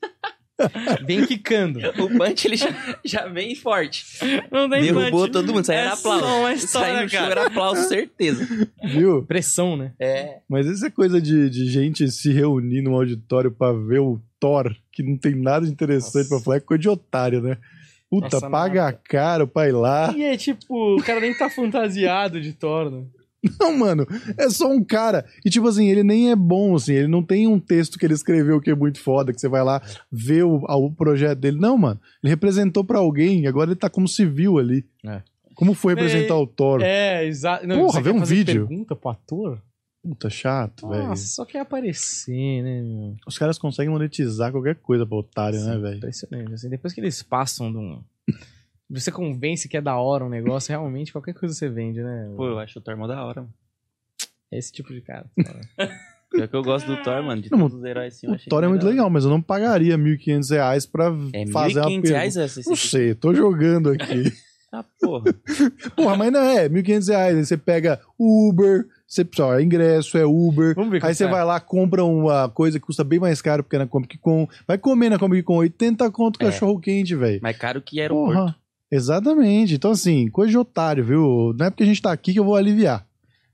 Vem quicando.
o punch ele já, já vem forte.
Não tem
Derrubou
punch.
todo mundo, saiu
É
[LAUGHS] era aplauso.
só uma história,
Saiu no chão,
cara.
era aplauso, certeza.
Viu?
Pressão, né?
É.
Mas isso é coisa de, de gente se reunir num auditório pra ver o Thor, que não tem nada de interessante
Nossa.
pra falar, é coisa de otário, né? Puta,
Nossa,
paga
nada.
a cara, o pai lá.
E é tipo, o cara nem tá fantasiado de torno.
Não, mano, é só um cara. E tipo assim, ele nem é bom, assim, ele não tem um texto que ele escreveu que é muito foda, que você vai lá ver o, o projeto dele. Não, mano, ele representou pra alguém, agora ele tá como civil ali.
É.
Como foi representar o Thor?
É, exato. Não,
Porra,
você
vê
quer
um
fazer
vídeo.
pergunta pro ator?
Puta, chato, velho.
Nossa, só quer aparecer, né, meu?
Os caras conseguem monetizar qualquer coisa pra otário, né, velho?
Impressionante. Assim, depois que eles passam de um. Você convence que é da hora um negócio, realmente qualquer coisa você vende, né?
Pô, eu acho o Thor mó da hora, mano.
É esse tipo de cara.
Pior que eu gosto do Thor, mano. De
Não,
todos os heróis, sim, eu
O
achei
Thor é
mó
muito
da hora.
legal, mas eu não pagaria 1.500 reais pra
É
fazer uma
1.500
pergunta.
reais essa? esse-
Não sei, tô jogando aqui. [LAUGHS]
Ah, porra.
Porra, mas não é, 1.500 reais. Aí você pega Uber, você só, é ingresso, é Uber.
Vamos ver tá.
Aí você vai lá, compra uma coisa que custa bem mais caro porque é na Comic Con. Vai comer na Comic Con 80 conto
É.
cachorro quente, velho.
Mais caro que um aeroporto.
Porra. Exatamente. Então, assim, coisa de otário, viu? Não é porque a gente tá aqui que eu vou aliviar.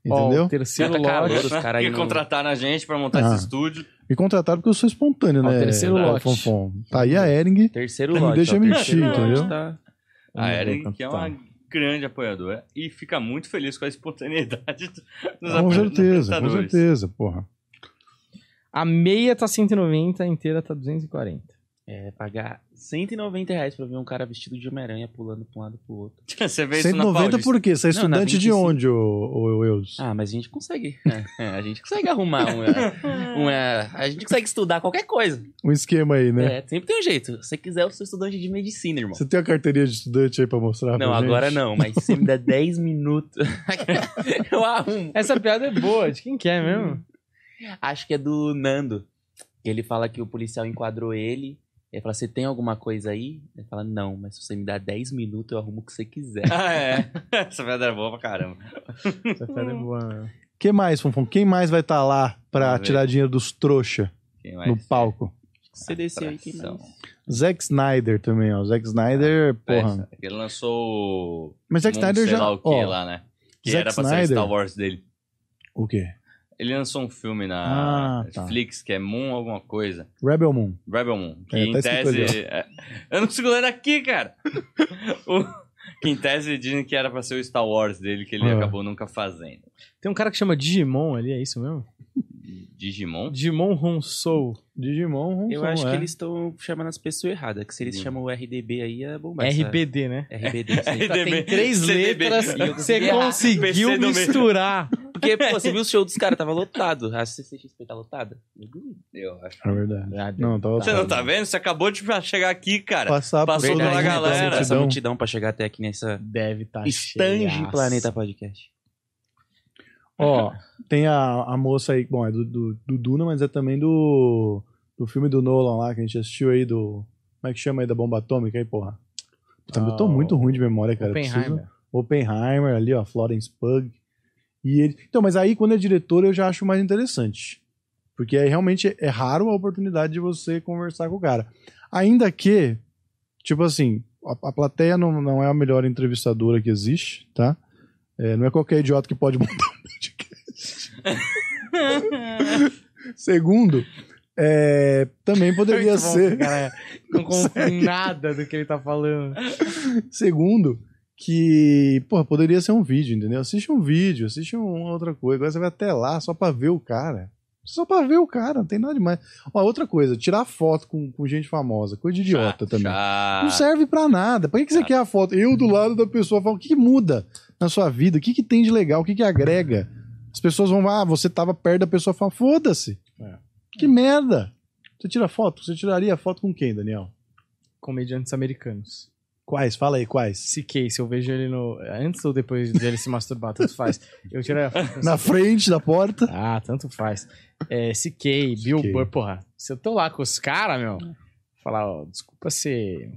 Entendeu?
o terceiro
Tá calor,
lote.
os caras aí
que
no-
contrataram a gente pra montar
Ah.
esse estúdio.
Me contrataram porque eu sou espontâneo,
Ó,
né?
o terceiro
Rafa
lote.
Fonfon? Tá aí a Ering.
Terceiro
Não me
lote.
deixa
ó,
mentir,
terceiro lote
entendeu?
tá-
Ah,
A
Vamos ver
Eren,
quanto
que é
tá.
uma grande apoiadora e fica muito feliz com a espontaneidade dos
Com
apoia-
certeza, com
apresentadores.
certeza, porra.
A meia tá 190, a inteira tá 240.
É, pagar 190 reais pra ver um cara vestido de Homem-Aranha pulando pra um lado e pro outro.
[LAUGHS] Você vê isso na
190
Paulista.
por quê? Você é
Não, na
estudante de
25.
onde, ô Eudes?
Ah, mas a gente consegue. [LAUGHS] É, a gente consegue arrumar uma, uma- A gente consegue estudar qualquer coisa.
Um esquema aí, né?
É, sempre tem um jeito. Se você quiser, eu sou estudante de medicina, irmão.
Você tem a carteirinha de estudante aí pra mostrar
Não,
pra gente?
agora não, mas se me der 10 minutos, [LAUGHS] eu arrumo.
Essa piada é boa, de quem que é mesmo?
Acho que é do Nando. Ele fala que o policial enquadrou ele. Ele fala, você tem alguma coisa aí? Ele fala, não, mas se você me dá 10 minutos, eu arrumo o que você quiser.
Ah, é. [LAUGHS] Essa piada era boa pra caramba.
Essa piada
[LAUGHS]
é boa mesmo.
Quem mais, Fonfon? Quem mais vai estar lá pra
Vamos ver.
tirar dinheiro dos trouxa
Quem
no
mais?
palco? Ah,
Você desceu aí, quem mais?
Zack Snyder também, ó. Zack
Ah,
Snyder, porra.
Peça. Ele lançou o.
Mas Zack
Mundo
Snyder
sei
já.
lá o que
ó,
lá, né? Que
Zack
era pra ser
Snyder-
Star Wars dele.
O quê?
Ele lançou um filme na
Ah, tá.
Netflix que é Moon alguma coisa.
Rebel Moon.
Rebel Moon. Que
É, tá
em
escrito
tese. é- Eu não consigo ler daqui, cara! [LAUGHS] O- Que em tese dizem que era pra ser o Star Wars dele, que ele
Ah.
acabou nunca fazendo.
Tem um cara que chama Digimon ali, é isso mesmo?
Digimon?
Digimon Ronsou. né?
Digimon, Ronson,
Eu acho
é.
que eles estão chamando as pessoas erradas, que se eles
Sim.
chamam o RDB aí é bomba. essa-
RBD, né?
RBD. [LAUGHS] isso aí.
Tá, tem três
CDB.
letras
E eu
você
consegui errar.
PC
conseguiu
no meio.
misturar.
Porque, pô, você viu o show dos caras, tava lotado. A CCXP tá lotada? Eu duvido.
Eu acho.
É verdade.
Ah,
Não, tava.
Você não tá vendo? Você acabou de chegar aqui, cara.
Passar
Passou
por
toda
toda
a
essa
galera.
Essa
multidão.
multidão pra chegar até aqui nessa
Deve estar tá
estange
cheiaço.
Planeta Podcast.
Ó, tem a, a moça aí, bom, é do, do, do Duna, mas é também do, do filme do Nolan lá, que a gente assistiu aí, do... Como é que chama aí, da bomba atômica aí, porra? Puta, eu tô
Ah,
muito
o-
ruim de memória, cara. eu preciso-
Oppenheimer.
Oppenheimer ali, ó, Florence Pug. E ele... Então, mas aí quando é diretor eu já acho mais interessante. Porque aí realmente é raro a oportunidade de você conversar com o cara. Ainda que, tipo assim, a, a plateia não, não é a melhor entrevistadora que existe, tá? É, não é qualquer idiota que pode [LAUGHS] montar um
[LAUGHS]
podcast. Segundo, é, também poderia
Muito bom,
ser.
cara. Não confundo nada do que ele tá falando.
Segundo, que, porra, poderia ser um vídeo, entendeu? Assiste um vídeo, assiste uma outra coisa. Agora você vai até lá só pra ver o cara. Só pra ver o cara, não tem nada demais. Ó, outra coisa, tirar foto com, com gente famosa, coisa de idiota
Chato,
também.
chato.
Não serve pra nada. Pra que, que você
Chato.
quer a foto? Eu do lado da pessoa falo, o que, que muda na sua vida? O que, que tem de legal? O que, que agrega? As pessoas vão, ah, você tava perto da pessoa fala, foda-se.
É.
Que merda. Você tira foto? Você tiraria foto com quem, Daniel?
Comediantes americanos.
Quais? Fala aí, quais?
Siquei, se eu vejo ele no. Antes ou depois dele se masturbar, tanto faz. Eu tiro
[LAUGHS]
a foto.
é
Na frente da porta.
Ah, tanto faz. É, CK, Bill
CK.
Burr, porra. Se eu tô lá com os caras, meu,
É.
falar, ó, desculpa ser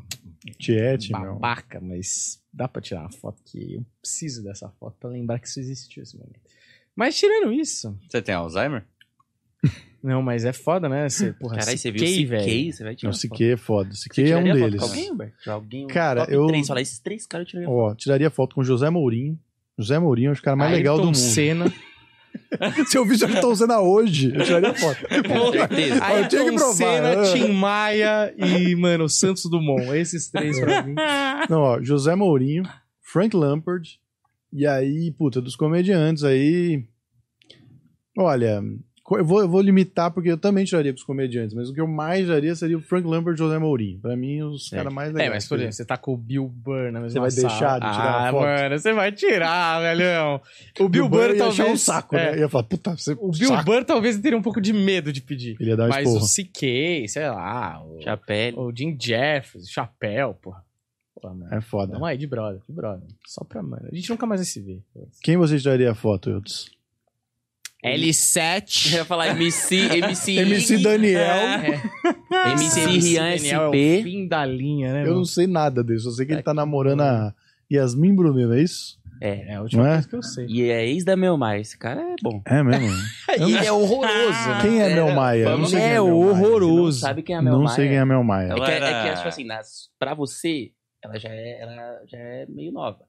Tiet, meu.
babaca, mas dá pra tirar uma foto que eu preciso dessa foto pra lembrar que isso existiu esse momento. Mas tirando isso.
Você tem Alzheimer?
Não, mas é foda, né?
[LAUGHS]
Você, porra,
Caralho, você viu
CK,
o
velho.
CK? Você vai tirar
Não, o
uma foto.
Siquei é foda.
Você
Siquei é um
tiraria foto
deles.
com alguém, Humber? De alguém, um
Cara,
top
eu-
Três, fala, esses três caras eu tiraria foto.
Ó, tiraria foto com José Mourinho. José Mourinho é o cara mais legal do
Ayrton
mundo.
Senna.
[LAUGHS] Se eu visse o Ayrton Senna hoje, eu
[LAUGHS]
tiraria foto.
Com [LAUGHS] certeza.
Ah, eu tinha que
Ayrton
provar,
Senna,
né?
Tim Maia e, mano,
[LAUGHS]
Santos Dumont. Esses três pra mim.
Não, ó, José Mourinho, Frank Lampard, E aí, puta, dos comediantes aí. Olha, co- eu vou, eu vou limitar porque eu também tiraria pros comediantes, mas o que eu mais tiraria seria o Frank Lambert e o José Mourinho. Pra mim, os
É.
caras mais legais.
É, mas por exemplo, você tá com o Bill Burr na mesma
Você vai
sala.
deixar de tirar
ah,
a foto?
mano, você vai tirar, velhão. O Bill
Bill
Burr
ia
talvez...
achar um saco,
é,
né? Ia falar, puta, você.
O Bill
saco.
Burr talvez ele teria um pouco de medo de pedir.
Ele ia dar um uma
Mas
esporra.
o CK, sei lá, o,
Chapéu.
o Jim Jeffries, Chapéu, porra. Porra, mano.
É foda.
Vamos aí, de brother, de brother. Só pra, mano. A gente nunca mais vai se ver.
Quem você tiraria a foto, Eudes?
[LAUGHS]
Eu
L7.
[LAUGHS] ia falar MC,
[LAUGHS]
MC.
MC Daniel. [LAUGHS]
MC É. Rian
Daniel é o
SP.
fim da linha, né?
Eu
mano?
não sei nada dele, só sei que ele tá namorando a Yasmin Brunet, não é isso?
É a última
Não é?
coisa que eu sei.
E é ex da Melmar. Esse cara é bom.
É [LAUGHS] mesmo?
E ele é horroroso, né?
Quem é
É,
Mel Maia? Eu não
vamos-
sei quem
É
Mel Maia.
horroroso.
Você não sabe quem é a Mel
Não
Maia?
sei quem é Mel Maia.
É que, é
Ela
que
era-
acho assim, nas, pra você, ela já, é, ela já é meio nova.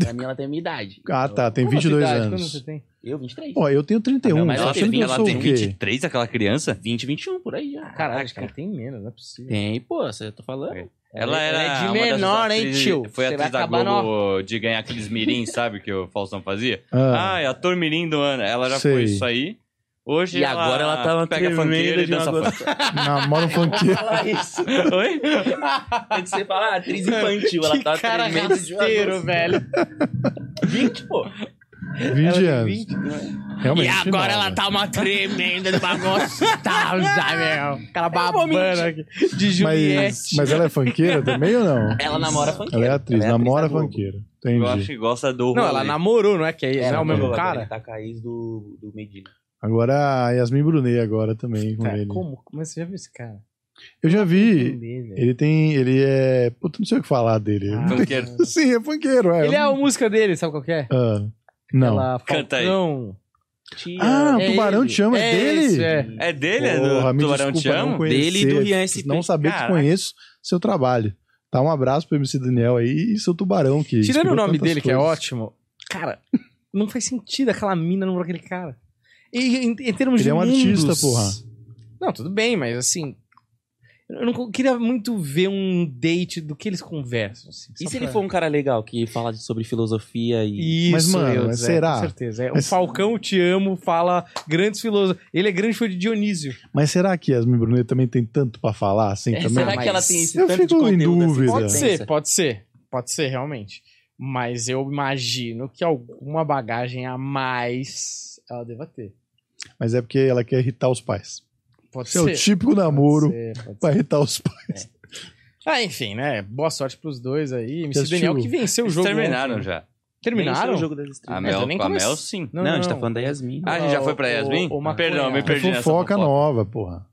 Pra mim, ela tem a minha idade.
Ah,
Então,
tá, tem
Qual a sua
22
idade?
anos.
Quando você tem?
Eu, 23.
Ó, eu tenho 31,
Ah,
mas
mas
eu
ela
ela
tem,
sempre
teve-
eu
ela
sou
tem
o quê?
23, aquela criança?
20, 21, por aí já.
Caralho, acho que ele
cara.
tem menos, não é possível.
Tem, pô, você tá falando.
Ela era
é de
uma das
menor, hein,
atrizes-
tio?
Foi
Você vai
atriz da
acabar
Globo de ganhar aqueles mirim, sabe, que o Faustão fazia?
Ah,
Ah, é ator mirim do ano. Ela já
Sei.
foi isso aí. Hoje
E agora ela tá uma
pega a fanqueira
tremenda
e
de uma
dança
gostosa.
namora um funkeiro.
Fala isso.
funk. Oi?
Tem que você falar "Ah, atriz infantil, ela
que
tá
cara
tremenda de uma
rasteiro,
gostosa.
velho.
20, pô.
20 anos. Realmente.
e agora
não,
ela
né?
tá uma tremenda de uma
[LAUGHS] Tá,
gostosa, meu. Aquela babana aqui. De
Mas,
Juliette.
mas ela é funkeira também ou não?
Ela namora funkeira.
Ela é atriz,
da
namora
Globo.
funkeira.
Eu acho
Entendi.
que gosta do
Não,
rolê.
ela namorou, não é que é,
É,
não é o mesmo
namorou,
cara?
Ele tá com a ex do, do Medina.
Agora a Yasmin Brunet agora também com
Cara,
É, ele.
Tá, como? Mas você já viu esse cara?
Eu já vi.
Entender, velho.
Ele tem. Ele é. Puta, não sei o que falar dele.
Ah.
Funkeiro.
[LAUGHS] Sim, é funkeiro, é.
Ele é a música dele, sabe qual que é?
Ah, não.
Ela é
Canta aí.
Falcão.
Tia,
Ah, o
É
Tubarão
ele.
te chama, é,
É
dele?
esse, é.
É dele, é
Porra,
do
me
Tubarão Te
desculpa não
Amo?
conhecer,
Dele e do Ian SP.
Não saber que
Caraca.
conheço seu trabalho. Tá um abraço pro MC Daniel aí e seu tubarão que
Tirando
inspirou
o nome
tantas
dele, que é
coisas.
ótimo, cara, não faz sentido aquela mina namorar aquele cara. E, em, em termos
Ele
de
é um artista,
mundos-
porra.
Não, tudo bem, mas assim. Eu não co- queria muito ver um date do que eles conversam. assim,
E
só
se
pra-
ele for um cara legal que fala de- sobre filosofia e.
Isso,
Mas, mano,
eu,
mas
Zé,
será?
Com certeza. é. O
Mas-
Falcão Te Amo fala grandes filósofos. Ele é grande fã de Dionísio.
Mas será que Yasmin Brunet também tem tanto pra falar assim
É,
também?
será
mas
que ela tem esse
eu
tanto de
fico em
conteúdo? assim,
dúvida.
que
Pode
pensa?
ser, pode ser. Pode ser, realmente. Mas eu imagino que alguma bagagem a mais ela deva ter.
Mas é porque ela quer irritar os pais.
Pode
Esse é o
ser.
típico
Pode
namoro
ser, pode
pra
ser.
irritar os pais.
Ah, enfim, né? Boa sorte pros dois aí. MC
assistiu?
Daniel que venceu o
Eles
jogo.
terminaram
ontem.
já.
Nem
Terminaram?
isso é o jogo das
A
estrelas.
Mas eu
Mel,
nem
com a
comece-
Mel, sim.
Não, a gente tá falando da Yasmin.
Ah, a gente já foi pra
O-
Yasmin?
o
Perdão,
maconha.
me perdi nessa
É fofoca nova, porra.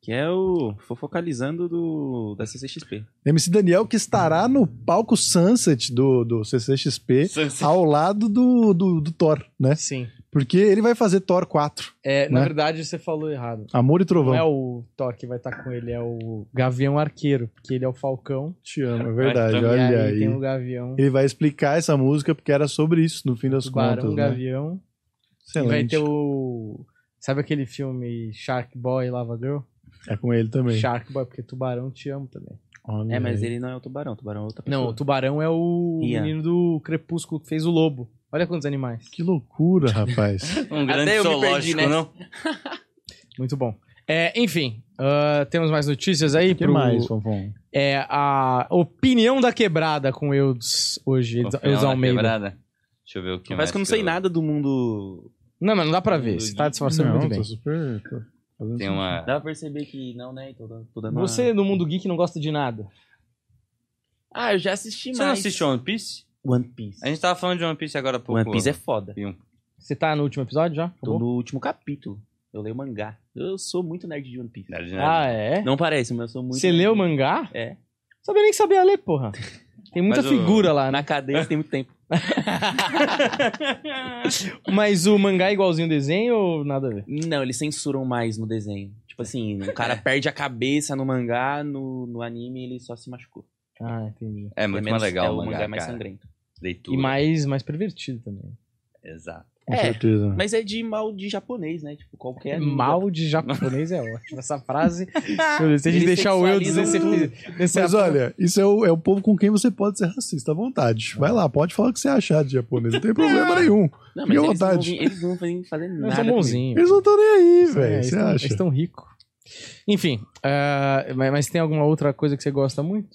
Que é o Fofocalizando do, da CCXP.
MC Daniel que estará no palco Sunset do, do CCXP
Sunset.
ao lado do, do, do Thor,
é
né?
Sim.
Porque ele vai fazer Thor 4,
É, Na
Né?
verdade, você falou errado.
Amor e
Não
Trovão.
é o Thor que vai estar com ele, é o Gavião Arqueiro, porque ele é o Falcão.
Te amo, é verdade,
Mas
olha
e aí,
aí.
tem um o Gavião.
Ele vai explicar essa música porque era sobre isso, no fim das
Barão
contas. Né?
Gavião. E
Excelente.
vai ter o. Sabe aquele filme Shark Boy e Lava Girl?
É com ele também.
Shark Boy, porque Tubarão te amo também.
Olha
É, mas
aí.
ele não é o tubarão, o tubarão é outra pessoa.
Não, o Tubarão é o
Ian.
menino do Crepúsculo que fez o lobo. Olha quantos animais.
Que loucura, rapaz.
[LAUGHS] Um grande
Até eu me
zoológico,
perdi, né?
não?
Muito bom. É, enfim, ah, temos mais notícias aí
O que
pro-
mais, Fonfon?
É a opinião da quebrada com Eudes hoje, Eudes-
O final
Eudes
da
Almeida.
quebrada. Deixa eu ver o que mais.
é
Parece que eu não sei nada do mundo.
Não, mas não dá pra ver. Você tá disfarçando
Não,
muito bem.
tô super... tô fazendo
Tem
super-
uma.
Dá pra perceber que não, né? Tô dando, tô dando uma-
Você, no mundo geek, não gosta de nada.
Ah, eu já assisti
Você
mais.
não assiste One Piece?
One Piece.
A gente tava falando de One Piece agora há pouco.
One Piece é foda.
Você tá no último episódio já?
Tô
Acabou?
no último capítulo. Eu leio mangá. Eu sou muito nerd de One Piece.
Nada de nada.
Ah, é?
Não parece, mas eu sou muito.
Você
nerd.
leu o mangá?
É.
Sabia nem que sabia ler, porra. Tem muita
Mas o-
figura lá, né?
Na cadeia tem
[LAUGHS]
muito tempo.
Mas o mangá é igualzinho o desenho ou nada a ver?
Não, eles censuram mais no desenho.
É.
Tipo assim, o cara perde a cabeça no mangá, no, no anime ele só se machucou.
Ah, entendi.
É
É
muito
menos-
mais legal
é,
o mangá,
mais
cara.
sangrento.
Leitura.
E mais, mais pervertido também.
Exato.
com
É,
certeza.
Mas é de mal de japonês, né? Tipo, qualquer.
É
língua. [LAUGHS]
Mal de japonês é ótimo. Essa frase. [LAUGHS] Meu Deus, se a gente
Eles
deixar o eu dizer
sexualizam
esse
tudo.
nesse
Mas olha, isso é o, é o povo com quem você pode ser racista à vontade. Vai lá, pode falar o que você achar de japonês, não tem problema nenhum. Fique à
Não, mas eles não,
vontade.
vêm- eles não vêm fazer nada.
Eles são
comigo.
bonzinhos.
Eles não estão nem aí,
É,
velho. Você
eles tão-
acha?
Eles tão ricos. Enfim, ah, mas, mas tem alguma outra coisa que você gosta muito?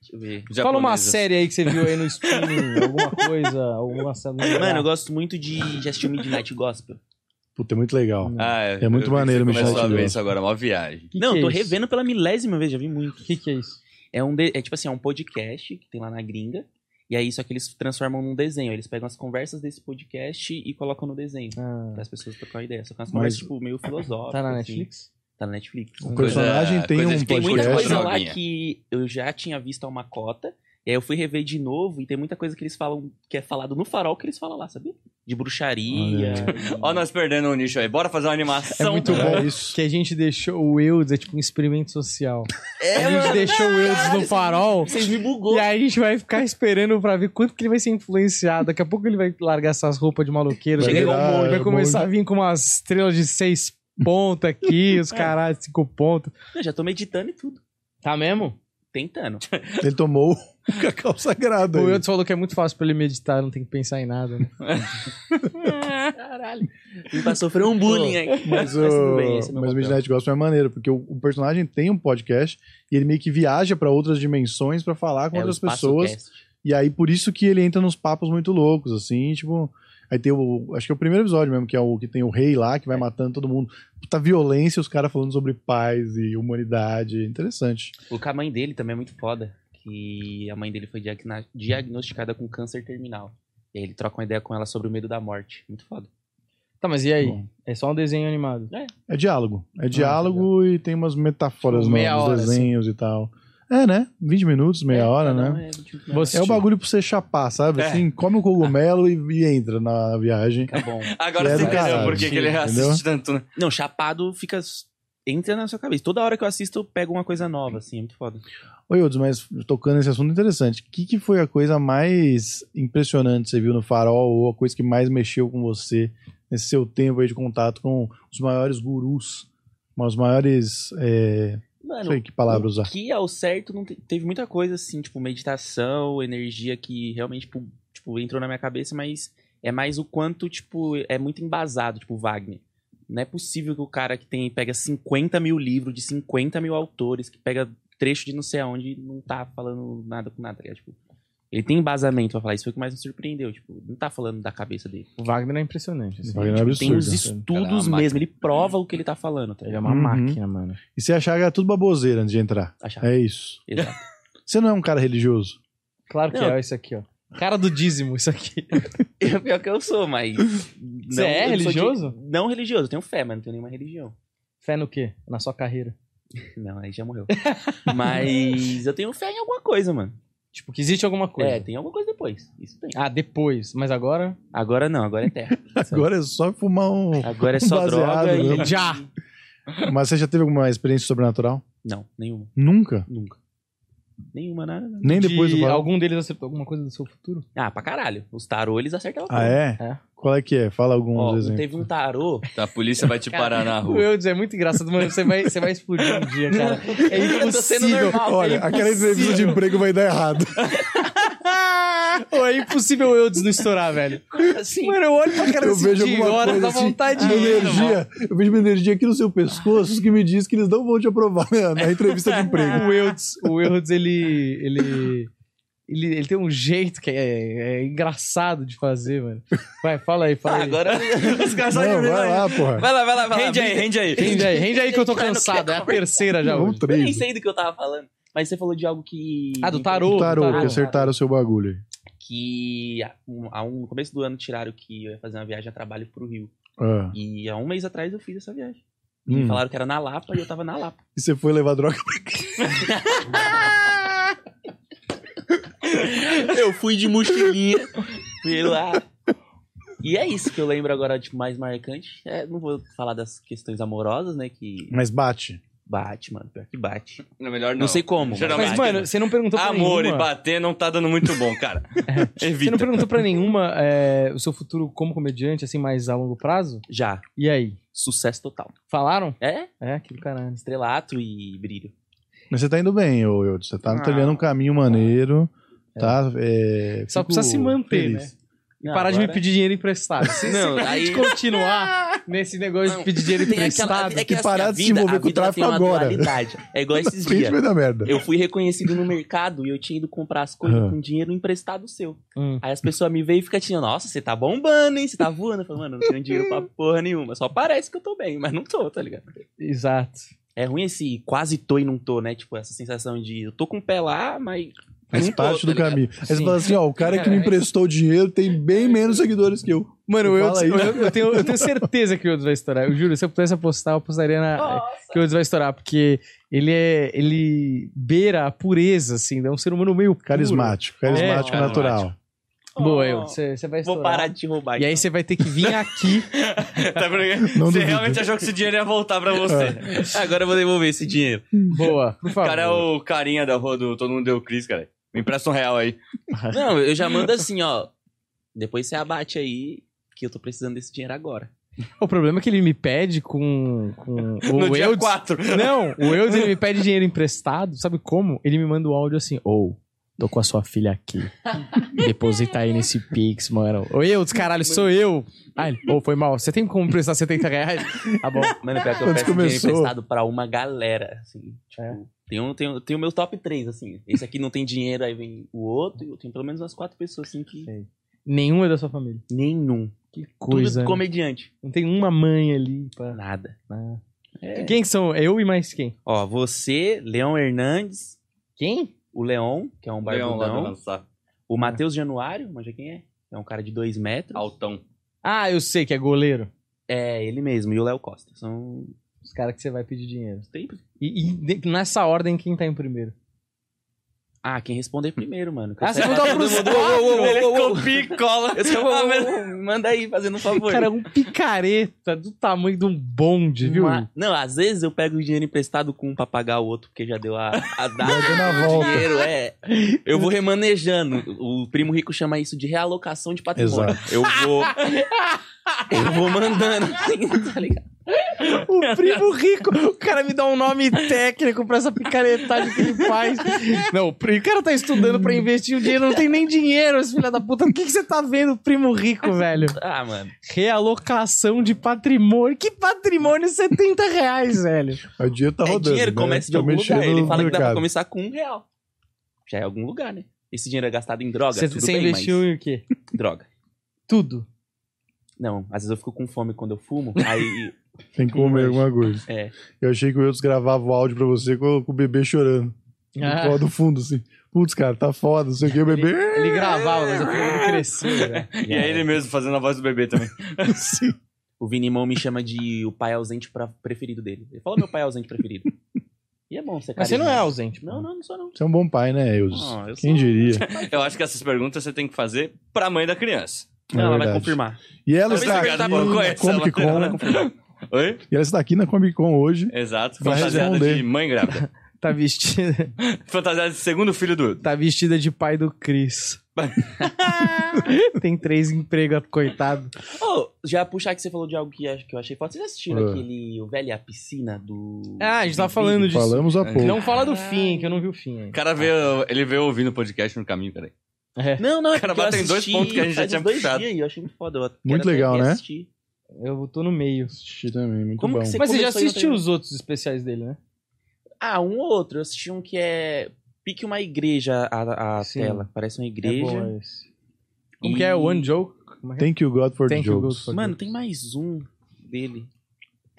Deixa eu ver.
Japonesas.
Fala uma série aí que você viu aí no
[LAUGHS]
streaming, alguma coisa, alguma algum
Mano, eu gosto muito de, de assistir o Midnight Gospel.
Puta, é muito legal.
Ah,
É muito maneiro,
Michel.
Michel
Começou a ver
Tadeu.
isso agora, uma viagem.
Que
não,
que é
tô
isso?
revendo pela milésima vez, já vi muito.
O que, que é isso?
É um de- é tipo assim, é um podcast que tem lá na gringa. E aí, só que eles transformam num desenho. Eles pegam as conversas desse podcast e colocam no desenho. Pra as pessoas trocarem ideia. Só que umas conversas, tipo, meio filosóficas.
Ah, tá na
assim.
Netflix? Um
Tá na Netflix.
O personagem tem
coisa
um
de-
Tem
é
muita
podcast.
coisa lá
Droguinha.
que eu já tinha visto a uma cota. E aí eu fui rever de novo e tem muita coisa que eles falam, que é falado no farol que eles falam lá, sabia? De bruxaria.
Ó, nós perdendo um nicho aí. Bora fazer uma animação.
É muito
cara.
bom.
É isso.
Que a gente deixou o Eudes, é tipo um experimento social.
É,
a gente
mano,
deixou o Eudes
caralho,
no farol.
Vocês me bugou.
E aí a gente vai ficar esperando pra ver quanto que ele vai ser influenciado. Daqui a pouco ele vai largar essas roupas de maloqueiro.
Vai
dele.
virar
Ele vai
um
começar a
monte.
vir com umas estrelas de seis pontas
[LAUGHS]
aqui, os
É.
caralho, cinco pontos.
Eu já tô meditando e tudo.
Tá mesmo?
Tentando.
Ele tomou o [LAUGHS] cacau sagrado.
O
aí.
Eudes falou que é muito fácil pra ele meditar, não tem que pensar em nada.
[LAUGHS]
Né?
Caralho. Me passou sofrer um bullying aí. [LAUGHS]
Mas o,
tudo bem, esse é meu
mas o
papel.
Midnight Gospel é maneiro, porque o, o personagem tem um podcast e ele meio que viaja pra outras dimensões pra falar com
É, o
outras
espaço
pessoas.
cast.
E aí, por isso que ele entra nos papos muito loucos, assim, tipo. Aí tem o. Acho que é o primeiro episódio mesmo, que é o que tem o rei lá, que
É.
vai matando todo mundo. Puta violência, os caras falando sobre paz e humanidade. Interessante.
O que a mãe dele também é muito foda. Que a mãe dele foi diagna- diagnosticada com câncer terminal. E aí ele troca uma ideia com ela sobre o medo da morte. Muito foda.
Tá, mas e aí?
Bom.
É só um desenho animado.
É diálogo. É diálogo e tem umas metáforas
Tipo,
no-
meia
nos
hora,
desenhos e tal. É, né? 20 minutos, meia
assim. É,
hora,
cada um
né?
é 25
Vou
minutos.
É o
assistir.
bagulho pra você chapar, sabe?
É.
Assim, come o cogumelo e, e entra na viagem.
Tá bom.
Agora
É
você
do
entendeu
caralho,
por que que ele
entendeu?
assiste tanto, né?
Não, chapado fica. Entra na sua cabeça. Toda hora que eu assisto, eu pego uma coisa nova, assim, é muito foda.
Oi, Eudes, mas tocando nesse assunto interessante, o que, que foi a coisa mais impressionante que você viu no Farol ou a coisa que mais mexeu com você nesse seu tempo aí de contato com os maiores gurus, com os maiores... É... Não
Mano,
sei que palavra
o
usar.
que ao certo não te- teve muita coisa, assim, tipo, meditação, energia que realmente, tipo, tipo, entrou na minha cabeça, mas é mais o quanto, tipo, é muito embasado, tipo, Wagner. Não é possível que o cara que tem pega 50 mil livros de 50 mil autores, que pega trecho de não sei aonde e não tá falando nada com nada, tá ligado? Tipo, ele tem embasamento pra falar, isso foi o que mais me surpreendeu, tipo, não tá falando da cabeça dele.
O Wagner é impressionante. assim.
O Wagner é absurdo.
Tem os
Cara, é uma
estudos
máquina.
mesmo, ele prova o que ele tá falando, tá
Ele é
ligado?
uma
Uhum.
máquina, mano.
E você achar que era tudo baboseira antes de entrar.
Achar.
É isso.
Exato.
Você não é um cara religioso?
Claro que
Não.
é, ó, isso aqui, ó. Cara do dízimo, isso aqui.
[LAUGHS] É Pior que eu sou, mas. Você
é religioso?
Não religioso, eu tenho fé, mas não tenho nenhuma religião.
Fé no quê? Na sua carreira.
Não, aí já morreu. mas eu tenho fé em alguma coisa, mano.
Tipo, que existe alguma coisa.
É, tem alguma coisa depois. Isso tem.
Ah, depois. Mas agora?
Agora não, agora é terra.
Agora é só fumar um...
Agora é só
Baseado,
droga
né?
e.
Já.
[LAUGHS] Mas você já teve alguma experiência sobrenatural?
Não, nenhuma.
Nunca?
Nunca. Nenhuma, nada. nada.
Nem depois
de
do Farol?
algum deles acertou alguma coisa do seu futuro?
Ah, pra caralho. Os tarô, eles acertavam
Ah, é?
É.
Qual é que é? Fala alguns
Ó, não
exemplos.
teve um tarô.
Então a polícia vai te parar na
O
rua.
Eudes é muito engraçado, mano. Você vai, você vai explodir um dia, cara. É
Eu tô sendo
impossível.
normal.
Olha,
é
aquela entrevista de emprego vai dar errado.
[LAUGHS] Pô, é impossível o Eudes não estourar, velho.
impossível, assim.
Mano, eu olho pra cara
eu
desse
vejo
dia
alguma
agora,
coisa
dá
assim,
vontade
uma
de ir, irmão.
energia, eu vejo uma energia aqui no seu pescoço que me diz que eles não vão te aprovar na, na entrevista de emprego.
[LAUGHS] O Eudes, o Eudes ele, ele, ele, ele tem um jeito que é, é engraçado de fazer, mano. Vai, fala aí, fala
Ah,
aí.
agora. Os caras só
Não,
de-
vai lá, porra.
Vai lá, vai lá, vai lá.
Rende aí, rende aí.
Rende aí, rende aí que eu tô
Vai no
cansado. É a
quebra.
terceira já.
Vamos
hoje.
Eu nem
três.
sei do que eu tava falando. Mas você falou de algo que.
Ah, do tarô.
O tarô,
tá.
Tarô.
que acertaram o seu bagulho. aí.
Que há um, há um- no começo do ano tiraram que eu ia fazer uma viagem a trabalho pro Rio.
Ah.
E há um mês atrás eu fiz essa viagem. E
Hum.
falaram que era na Lapa e eu tava na Lapa.
E você foi levar droga.
eu fui de mochilinha.
[LAUGHS]
fui lá. E é isso que eu lembro agora de mais marcante. É, não vou falar das questões amorosas, né? Que
Mas bate.
Bate, mano. Pior que bate.
Não, melhor não.
Não, sei como. mas
Geralmente- Mas,
Mas,
bate.
mano, você não perguntou pra
Amor
nenhuma.
e bater não tá dando muito bom, [LAUGHS] cara.
Você
Evita.
não perguntou pra nenhuma é, o seu futuro como comediante, assim, mais a longo prazo?
Já.
E aí?
Sucesso total.
Falaram?
É?
É, que do caralho.
Estrelato e brilho.
Mas você tá indo bem, ô Eudes. Você tá
Ah.
trilhando um caminho maneiro. Tá? É,
Só
fico
precisa se manter, né?
feliz.
Não,
Parar de me
agora-
pedir dinheiro emprestado.
[LAUGHS]
Se,
Não,
se a gente
aí-
continuar nesse negócio de
Não,
pedir dinheiro
Tem aquela-
emprestado...
é
que
assim,
parar
a
de se
vida-
envolver
a
com o
vida tem
tráfico
uma
agora.
dualidade.
[LAUGHS]
É igual esses
Na frente
dias.
vai dar merda.
Eu fui reconhecido no mercado e eu tinha ido comprar as coisas
Ah.
com dinheiro emprestado seu.
Hum.
Aí as pessoas me veem e ficam tinha, nossa, você tá bombando, hein? Você tá voando. Eu falei, mano, eu não tenho
[LAUGHS]
dinheiro pra porra nenhuma. Só parece que eu tô bem, mas não tô, tá ligado?
Exato.
É ruim esse quase tô e não tô, né? Tipo, essa sensação de eu tô com o pé lá, mas.
Faz
não tô,
parte
tá
do
ligado?
caminho. Aí você
Sim.
fala assim, ó,
[LAUGHS]
o cara que me
Cara,
emprestou dinheiro tem bem menos seguidores que eu.
Mano, eu,
Fala aí.
eu, eu tenho, eu tenho certeza que o Yodos vai estourar. Eu juro, se eu pudesse apostar, eu apostaria na, que o Yodos vai estourar. Porque ele é. Ele beira a pureza, assim. É um ser humano meio puro.
Carismático, carismático
É,
natural.
Boa,
Oh,
eu. Você você vai estourar.
Vou parar de te roubar.
E aí
então.
você vai ter que vir aqui.
Tá brincando?
Não
você
duvido.
realmente achou que esse dinheiro ia voltar pra você.
É. Agora eu vou devolver esse dinheiro.
[LAUGHS] Boa, por
O
favor.
cara é o carinha da rua do Todo Mundo Deu Cris, cara. Me empresta um real aí.
Não, eu
[LAUGHS]
já mando assim, ó. Depois você abate aí, que eu tô precisando desse dinheiro agora.
O problema é que ele me pede com.
[LAUGHS]
com o
no dia
Eudes-
4.
Não, o Eudes ele me pede dinheiro emprestado, sabe como? Ele me manda o áudio assim, ou, tô com a sua filha aqui, deposita aí nesse Pix, mano. Ô Eudes, caralho, sou eu. Ai, ou foi mal, você tem como emprestar 70 reais? Tá bom.
Mano, pior que eu
Quando
peço dinheiro
começou?
emprestado pra uma galera, assim. Tipo,
É.
tem, um, tem, um- tem o meu top 3, assim. Esse aqui não tem dinheiro, aí vem o outro. E eu tenho pelo menos umas quatro pessoas, assim, que...
É. Nenhum é da sua família.
Nenhum.
Que
Tudo
coisa. né?
comediante.
Não tem uma mãe ali. Pra...
Nada.
né?
É.
Quem que são? Eu e mais quem?
Ó, você, Leon Hernandes,
Quem?
o Leon, que é um
Leão lá pra
barbudão.
lançar.
O Matheus Januário, manja quem é? É um cara de dois metros.
Altão.
Ah, eu sei que é goleiro.
É, ele mesmo. E o Léo Costa. São...
Os caras que você vai pedir dinheiro.
Tem
E, e de- nessa ordem, quem tá em primeiro?
Ah, quem responder primeiro, mano.
Ah, você
Consegue
tá
mandou
dar
pros
todo mundo- Uou, uou, uou,
Ele é
uou, uou.
copia e cola.
Eu só vou-
Ah, mas-
vou- vou- Manda aí, fazendo um favor.
Cara, um picareta do tamanho de um bonde, viu?
Uma- Não, às vezes eu pego o dinheiro emprestado com um pra pagar o outro, porque já deu a, a
Vai
data.
dando a
do
volta.
dinheiro, é. Eu [LAUGHS] vou remanejando. O primo rico chama isso de realocação de patrimônio. Eu
[LAUGHS]
vou. Eu vou mandando, assim, [LAUGHS] tá ligado?
O primo rico, o cara me dá um nome técnico pra essa picaretagem que ele faz. Não, o pri- o cara tá estudando pra investir o dinheiro, não tem nem dinheiro, esse filho da puta. O que, que você tá vendo, primo rico, velho?
Ah, mano.
Realocação de patrimônio. Que patrimônio? 70 reais, velho.
Aí O dinheiro tá
é
rodando.
dinheiro,
né?
começa de
Tá
algum lugar.
mexendo
Ele
no
fala que dá pra
mercado.
começar com um real. Já é algum lugar, né? Esse dinheiro é gastado em droga.
Você
tudo
você
bem,
investiu
mas...
em o quê?
Droga.
Tudo.
Não, às vezes eu fico com fome quando eu fumo.
[LAUGHS]
Aí.
Tem que comer
Mas-
alguma coisa.
É.
Eu achei que o Eudes gravava o áudio pra você com, com o bebê chorando.
Ah.
Do, do fundo, assim. Putz, cara, tá foda, não sei o que, o bebê.
Ele gravava, mas eu fui [LAUGHS] crescer, velho.
E aí ele mesmo fazendo a voz do bebê também.
O Vinimão me chama de o pai ausente pra- preferido dele. Ele fala meu pai é ausente preferido. E é bom, você
Mas você não é ausente.
Não, não, não sou não.
Você é um bom pai, né, Eudes?
Ah, eu
Quem
sou-
diria?
[LAUGHS]
Eu acho que essas perguntas você tem que fazer pra mãe da criança.
Não, ela vai
É verdade.
confirmar.
E ela
Talvez
está
você
aqui
tá
na
bom, conhece ela.
Comic
Ela vai
Con.
Oi?
E ela está aqui na Comic Con
É
hoje.
Exato.
Vai
Fantasiada
responder.
de mãe
[LAUGHS]
grávida.
Tá vestido.
Fantasiada de segundo filho do.
Tá vestida de pai do [LAUGHS] Cris. Tem três empregos, coitado.
Ô, já puxar que você falou de algo que, acho que eu achei foda. Vocês assistiram
Ah.
aquele O Velho e a Piscina do.
Ah, a gente tava
do
falando
Vini?
disso.
Falamos há pouco.
Não fala do fim, que eu não vi o fim
O
ainda.
cara veio, ele veio ouvindo o podcast no caminho, peraí.
É,
Não, não, é
Cara,
porque eu
batem dois
assisti
pontos que a gente já
faz
tinha
uns dois
puxado.
dias e eu achei muito foda. Eu quero
Muito
até
legal, né?
reassistir.
eu tô no meio.
Assisti também, muito
Como
bom.
que você-
Mas você já
começou e não
assistiu
terminou.
os outros especiais dele, né?
Ah, um ou outro. Eu assisti um que é. Pique uma igreja a, a
Sim.
tela. Parece uma igreja.
É bom esse. Como que é? One Joke? Como é que é?
Thank you God for the
Thank you,
jokes.
God.
Mano, tem mais um dele.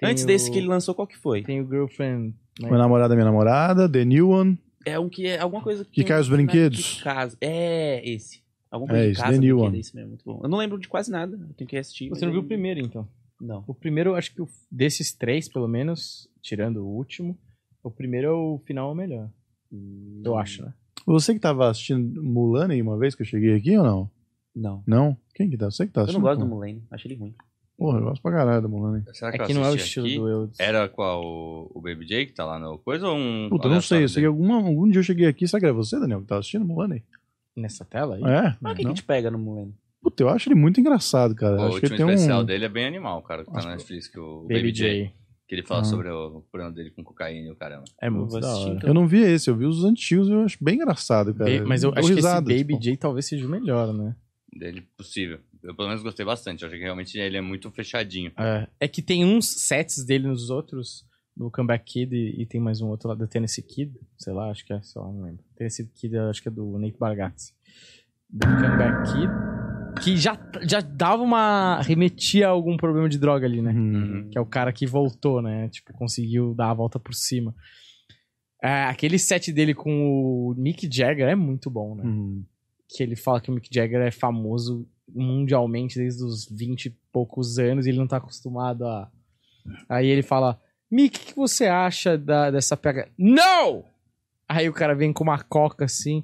é? Tem
Antes
o-
desse que ele lançou, qual que foi?
Tem o Girlfriend. né?
Meu namorado é minha namorada, The New One.
É um que é alguma coisa que.
Que
tem
cai
um
os
que
brinquedos?
Que casa. É, esse. Alguma
É
coisa de
esse,
casa,
The New
brinquedo,
One.
é esse mesmo, muito bom. Eu não lembro de quase nada, eu tenho que assistir. mas
Você não
eu
viu o primeiro, então?
Não.
O primeiro, eu acho que o- desses três, pelo menos, tirando o último, o primeiro é o final é o melhor.
Hum.
Eu acho, né?
Você que tava assistindo Mulan aí uma vez que eu cheguei aqui ou não?
Não.
Não? Quem que tá? Você que tá
eu
assistindo?
não gosto do Mulan, acho ele ruim.
Porra, eu gosto pra caralho da Mulan, hein?
Será
É
eu
que não é o
assisti
estilo
aqui?
do Eudes.
Era qual? O o Baby Jake tá lá no coisa ou um.
Puta, eu não sei.
aleatório
Eu sei que alguma, algum dia eu cheguei aqui. Será que era você, Daniel, que tá assistindo Mulan aí?
Nessa tela aí?
É?
Mas o Ah, que, tipo- que a
Não?
gente pega no Mulan?
Puta, eu acho ele muito engraçado, cara.
dele?
Eu
Pô, O
acho que ele
último
tem
especial
um.
dele é bem animal, cara. Que tá
Acho
na
que-
Netflix, que o
Baby,
Baby Jake.
J.
Que ele fala
Ah.
sobre o problema dele com cocaína e o caramba.
É muito
Vou
da
assistir,
hora.
então.
Eu não vi esse, eu vi os antigos e eu acho bem engraçado, cara.
Ba- Mas eu
Dou
acho
risada,
que esse Baby
tipo.
J talvez seja o melhor, né?
Dele possível. Eu pelo menos gostei bastante. Eu achei que realmente ele é muito fechadinho.
É, é que tem uns sets dele nos outros, do Comeback Kid e, e tem mais um outro lá, do Tennessee Kid, sei lá, acho que é, sei lá, não lembro. Tennessee Kid, eu acho que é do Nate Bargatze. Do Comeback Kid, que já, já dava uma... remetia a algum problema de droga ali, né?
Uhum.
Que é o cara que voltou, né? Tipo, conseguiu dar a volta por cima. É, aquele set dele com o Mick Jagger é muito bom, né?
Uhum.
que ele fala que o Mick Jagger é famoso mundialmente desde os 20 e poucos anos e ele não tá acostumado a. Aí ele fala: Mick, o que você acha da, dessa pega? Não! Aí o cara vem com uma coca assim.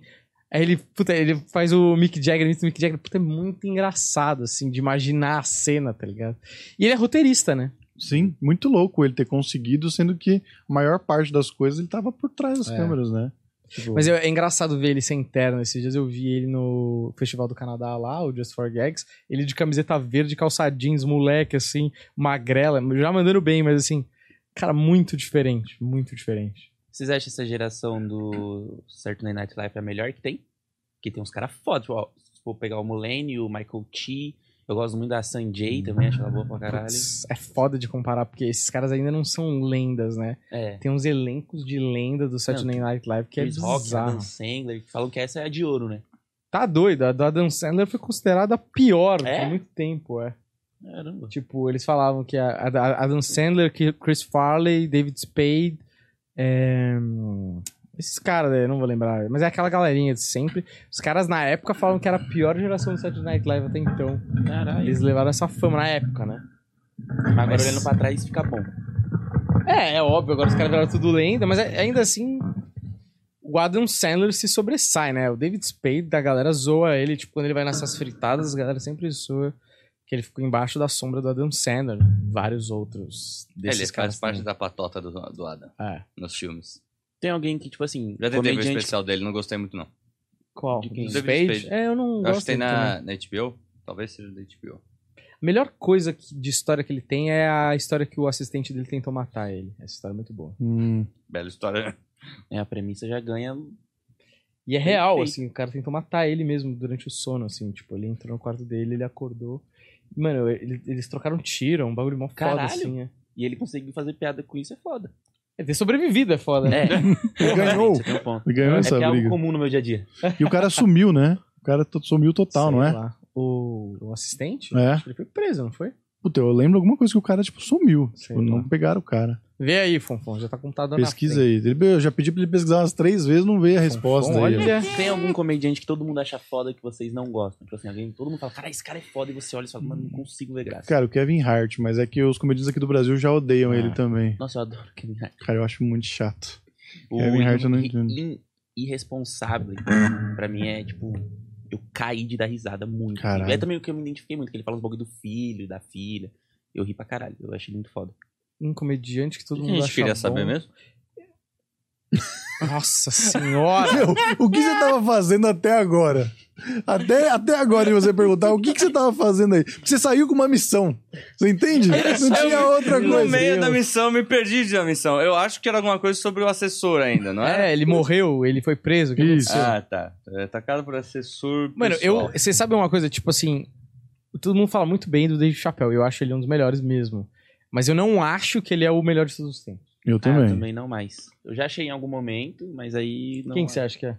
Aí ele, puta, ele faz o Mick Jagger, imita o Mick Jagger, puta, é muito engraçado, assim, de imaginar a cena, tá ligado? E ele é roteirista, né?
Sim, muito louco ele ter conseguido, sendo que a maior parte das coisas ele tava por trás das
É.
câmeras, né? Tipo,
Mas é, é engraçado ver ele sem terno. Esses dias eu vi ele no Festival do Canadá lá, o Just for Gags. Ele de camiseta verde, calça jeans, moleque, assim, magrela. Já mandando bem, mas assim, cara, muito diferente. Muito diferente.
Vocês acham essa geração do Saturday Night Live é a melhor que tem? Porque tem uns caras foda. Tipo, ó, se for pegar o Mulaney, o Michael T. Eu gosto muito da Sanjay também, acho ela boa pra caralho.
Putz, é foda de comparar, porque esses caras ainda não são lendas, né?
É.
Tem uns elencos de lenda do Saturday Night Live que é
Chris Rock, né?
bizarro.
Adam Sandler, que falam que essa é a de ouro, né?
Tá doido, a do Adam Sandler foi considerada a pior
É?
por muito tempo, é.
Caramba.
Tipo, eles falavam que a, a- a- Adam Sandler, que- Chris Farley, David Spade, é, hum, esses caras, né, não vou lembrar, mas é aquela galerinha de sempre. Os caras na época falavam que era a pior geração do Saturday Night Live até então.
Caralho.
Eles levaram essa fama na época, né?
Mas agora
Mas-
olhando pra trás fica bom.
É, é óbvio, agora os caras viraram tudo lenda, mas é- ainda assim o Adam Sandler se sobressai, né? O David Spade, da galera zoa ele, tipo, quando ele vai nessas fritadas, a galera sempre zoa que ele ficou embaixo da sombra do Adam Sandler, vários outros desses
É, ele
caras
faz parte
também.
da patota do, do Adam
É.
nos filmes.
Tem alguém que, tipo assim,
Já tentei ver o
comediante-
especial dele, não gostei muito, não.
Qual?
De quem?
Do
David
Spade?
Spade.
É, eu não
Eu
gosto
acho que tem
dele também.
na, na HBO. Talvez seja da HBO.
A melhor coisa que- de história que ele tem é a história que o assistente dele tentou matar ele. Essa história é muito boa.
hum,
Bela história.
É, a premissa já ganha.
E é real,
Perfeito.
assim, o cara tentou matar ele mesmo durante o sono, assim, tipo, ele entrou no quarto dele, ele acordou. Mano, ele- eles trocaram tiro, é um bagulho mó foda,
Caralho.
assim. É.
E ele conseguiu fazer piada com isso, é foda.
É, ter sobrevivido é foda, né?
É.
ganhou.
Você tem um ponto.
ele ganhou
É
essa
que é algo
briga.
comum no meu dia a dia.
E o cara sumiu, né? O cara to- sumiu total,
Sei
não é?
lá. O, o assistente?
É.
Acho que ele foi preso, não foi?
Puta, eu lembro alguma coisa que o cara, tipo, sumiu.
Sei
Tipo, não
lá.
pegaram o cara.
Vê aí, Fonfon, já tá computado
Pesquisa
na
aí. Ele- eu já pedi pra ele pesquisar umas três vezes, não veio a
frente.
resposta
Fonfon,
aí. ó.
Olha,
Tem algum comediante que todo mundo acha foda que vocês não gostam? Tipo assim, alguém, todo mundo fala, cara, esse cara é foda, e você olha e fala, mano, não consigo ver graça.
Cara, o Kevin Hart, mas é que os comediantes aqui do Brasil já odeiam
Ah.
ele também.
Nossa, eu adoro Kevin Hart.
Cara, eu acho muito chato.
O
Kevin Hart eu não
irre-
entendo.
in- irresponsável, pra mim, é tipo. Eu caí de dar risada muito.
Caralho.
É também o que eu me identifiquei muito, que ele fala uns bagulho do filho, da filha. Eu ri pra caralho, eu achei muito foda.
um comediante que todo
O
mundo
que a gente
acha
queria
bom.
saber mesmo?
Nossa senhora!
Meu, o que você tava fazendo até agora? Até, até agora de você perguntar o que, que você tava fazendo aí. Porque você saiu com uma missão. Você entende?
É,
Não tinha outra
No
coisa.
meio da missão, me perdi da missão. Eu acho que era alguma coisa sobre o assessor ainda, não era?
É, ele morreu, ele foi preso. o que
Isso.
aconteceu?
Ah, tá. É atacado por assessor.
Mano, eu,
pessoal.
você sabe uma coisa, tipo assim, todo mundo fala muito bem do Dave Chappelle, eu acho ele um dos melhores mesmo. Mas eu não acho que ele é o melhor de todos os tempos.
Eu
Ah, também não mais. Eu já achei em algum momento, mas aí. Não
Quem que você acha que é?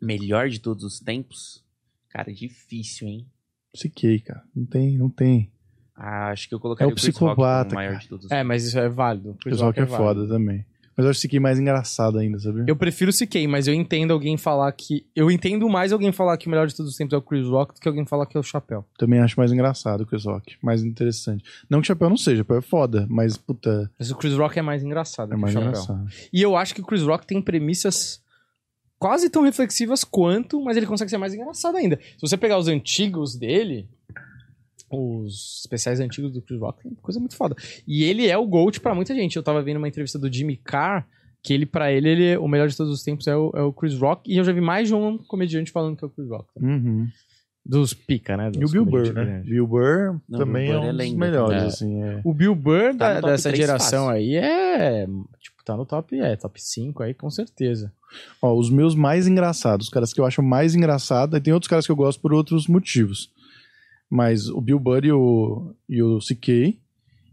Melhor de todos os tempos? Cara, difícil, hein?
Siquei, cara. Não tem, não tem.
Ah, acho que eu colocaria
É o
Chris Rock
psicopata,
como o maior
cara.
de todos os
É, mas isso é válido.
O
Chris
pessoal
Rock
que é
válido.
foda também. Mas eu acho o Siquei mais engraçado ainda, sabe?
Eu prefiro o CK, mas eu entendo alguém falar que. Eu entendo mais alguém falar que o melhor de todos os tempos é o Chris Rock do que alguém falar que é o Chapéu.
Também acho mais engraçado que o Zoc. Mais interessante. Não que o Chapéu não seja, o Chapéu é foda, mas puta,
Mas o Chris Rock é mais engraçado
é
que o
mais
Chapéu.
engraçado.
E eu acho que o Chris Rock tem premissas quase tão reflexivas quanto, mas ele consegue ser mais engraçado ainda. Se você pegar os antigos dele, os especiais antigos do Chris Rock, coisa muito foda. E ele é o GOAT pra muita gente. Eu tava vendo uma entrevista do Jimmy Carr, que ele, pra ele, ele é- o melhor de todos os tempos é o, é o Chris Rock, e eu já vi mais de um comediante falando que é o Chris Rock.
Uhum.
Dos pica, né?
E o
dos
Bill
comediantes
Burr, né?
grandes.
Bill Burr
Não,
também
Bill
é
Burr
um
é
dos
lenda,
melhores,
cara.
assim. é.
O Bill Burr
Tá
da-
no top
dessa
três
geração
fácil.
aí é. Tipo, tá no top, é, top 5 aí, com certeza.
Ó, os meus mais engraçados, os caras que eu acho mais engraçado, e tem outros caras que eu gosto por outros motivos. Mas o Bill Burr e o, e o CK.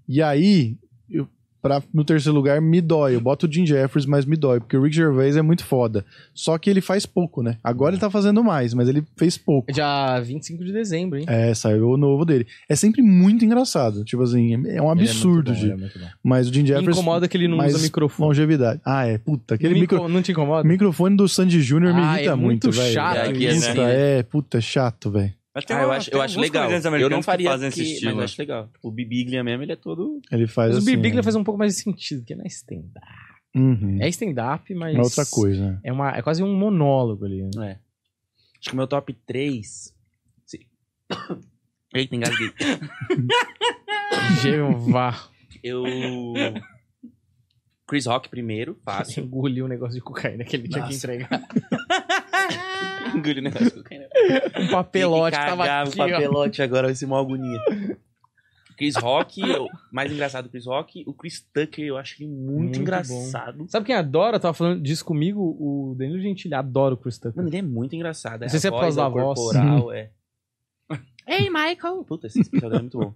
E aí, eu, pra, no terceiro lugar, me dói. Eu boto o Jim Jeffries, mas me dói, porque o Rick Gervais é muito foda. Só que ele faz pouco, né? Agora ele tá fazendo mais, mas ele fez pouco.
Dia 25 de dezembro, hein?
É, saiu o novo dele. É sempre muito engraçado. Tipo assim, é- é um
Ele é
absurdo,
muito bom,
de,
ele é muito bom.
Mas o Jim Jeffries.
Incomoda que ele não
mas
usa microfone.
Longevidade. Ah, é. Puta, aquele
Me
micro...
inco- Não te incomoda?
Microfone do Sandy Júnior me
Ah,
irrita
é muito
muito, velho.
chato
Me
isso, né?
irrita, É, puta, é chato, velho.
Mas
Ah, eu acho, eu acho legal. Eu não faria, porque- mas eu acho legal. né? O Bibiglia mesmo, ele é todo...
Ele faz
Mas o
assim.
Big Biglia
né?
faz um pouco mais de sentido, que não é stand-up.
Uhum.
É stand-up, mas.
É outra coisa, né?
É, uma, é quase um monólogo ali. Né?
É. Acho que o meu top 3... Se... [COUGHS] Eita, engasguei.
[LAUGHS]
Jeová.
Eu... Chris Rock primeiro, fácil. [LAUGHS]
Engoliu um negócio de cocaína que ele tinha que
Nossa.
entregar.
Engoliu o negócio com o canela.
Um papelote
Tem que
tava
cagar
um
aqui,
o papelote agora, vai ser uma agonia. Chris Rock, eu- mais engraçado do Chris Rock, o Chris Tucker, eu acho ele muito,
Muito bom.
engraçado.
ó. Sabe quem adora? Eu Tava falando disso comigo, o Danilo Gentili adora o Chris Tucker.
Mano, ele é muito engraçado. É
Não sei
a
se é por causa
voz,
da
é o
voz.
corporal, é. [LAUGHS] Ei, Michael! Puta, esse especial dele é muito bom.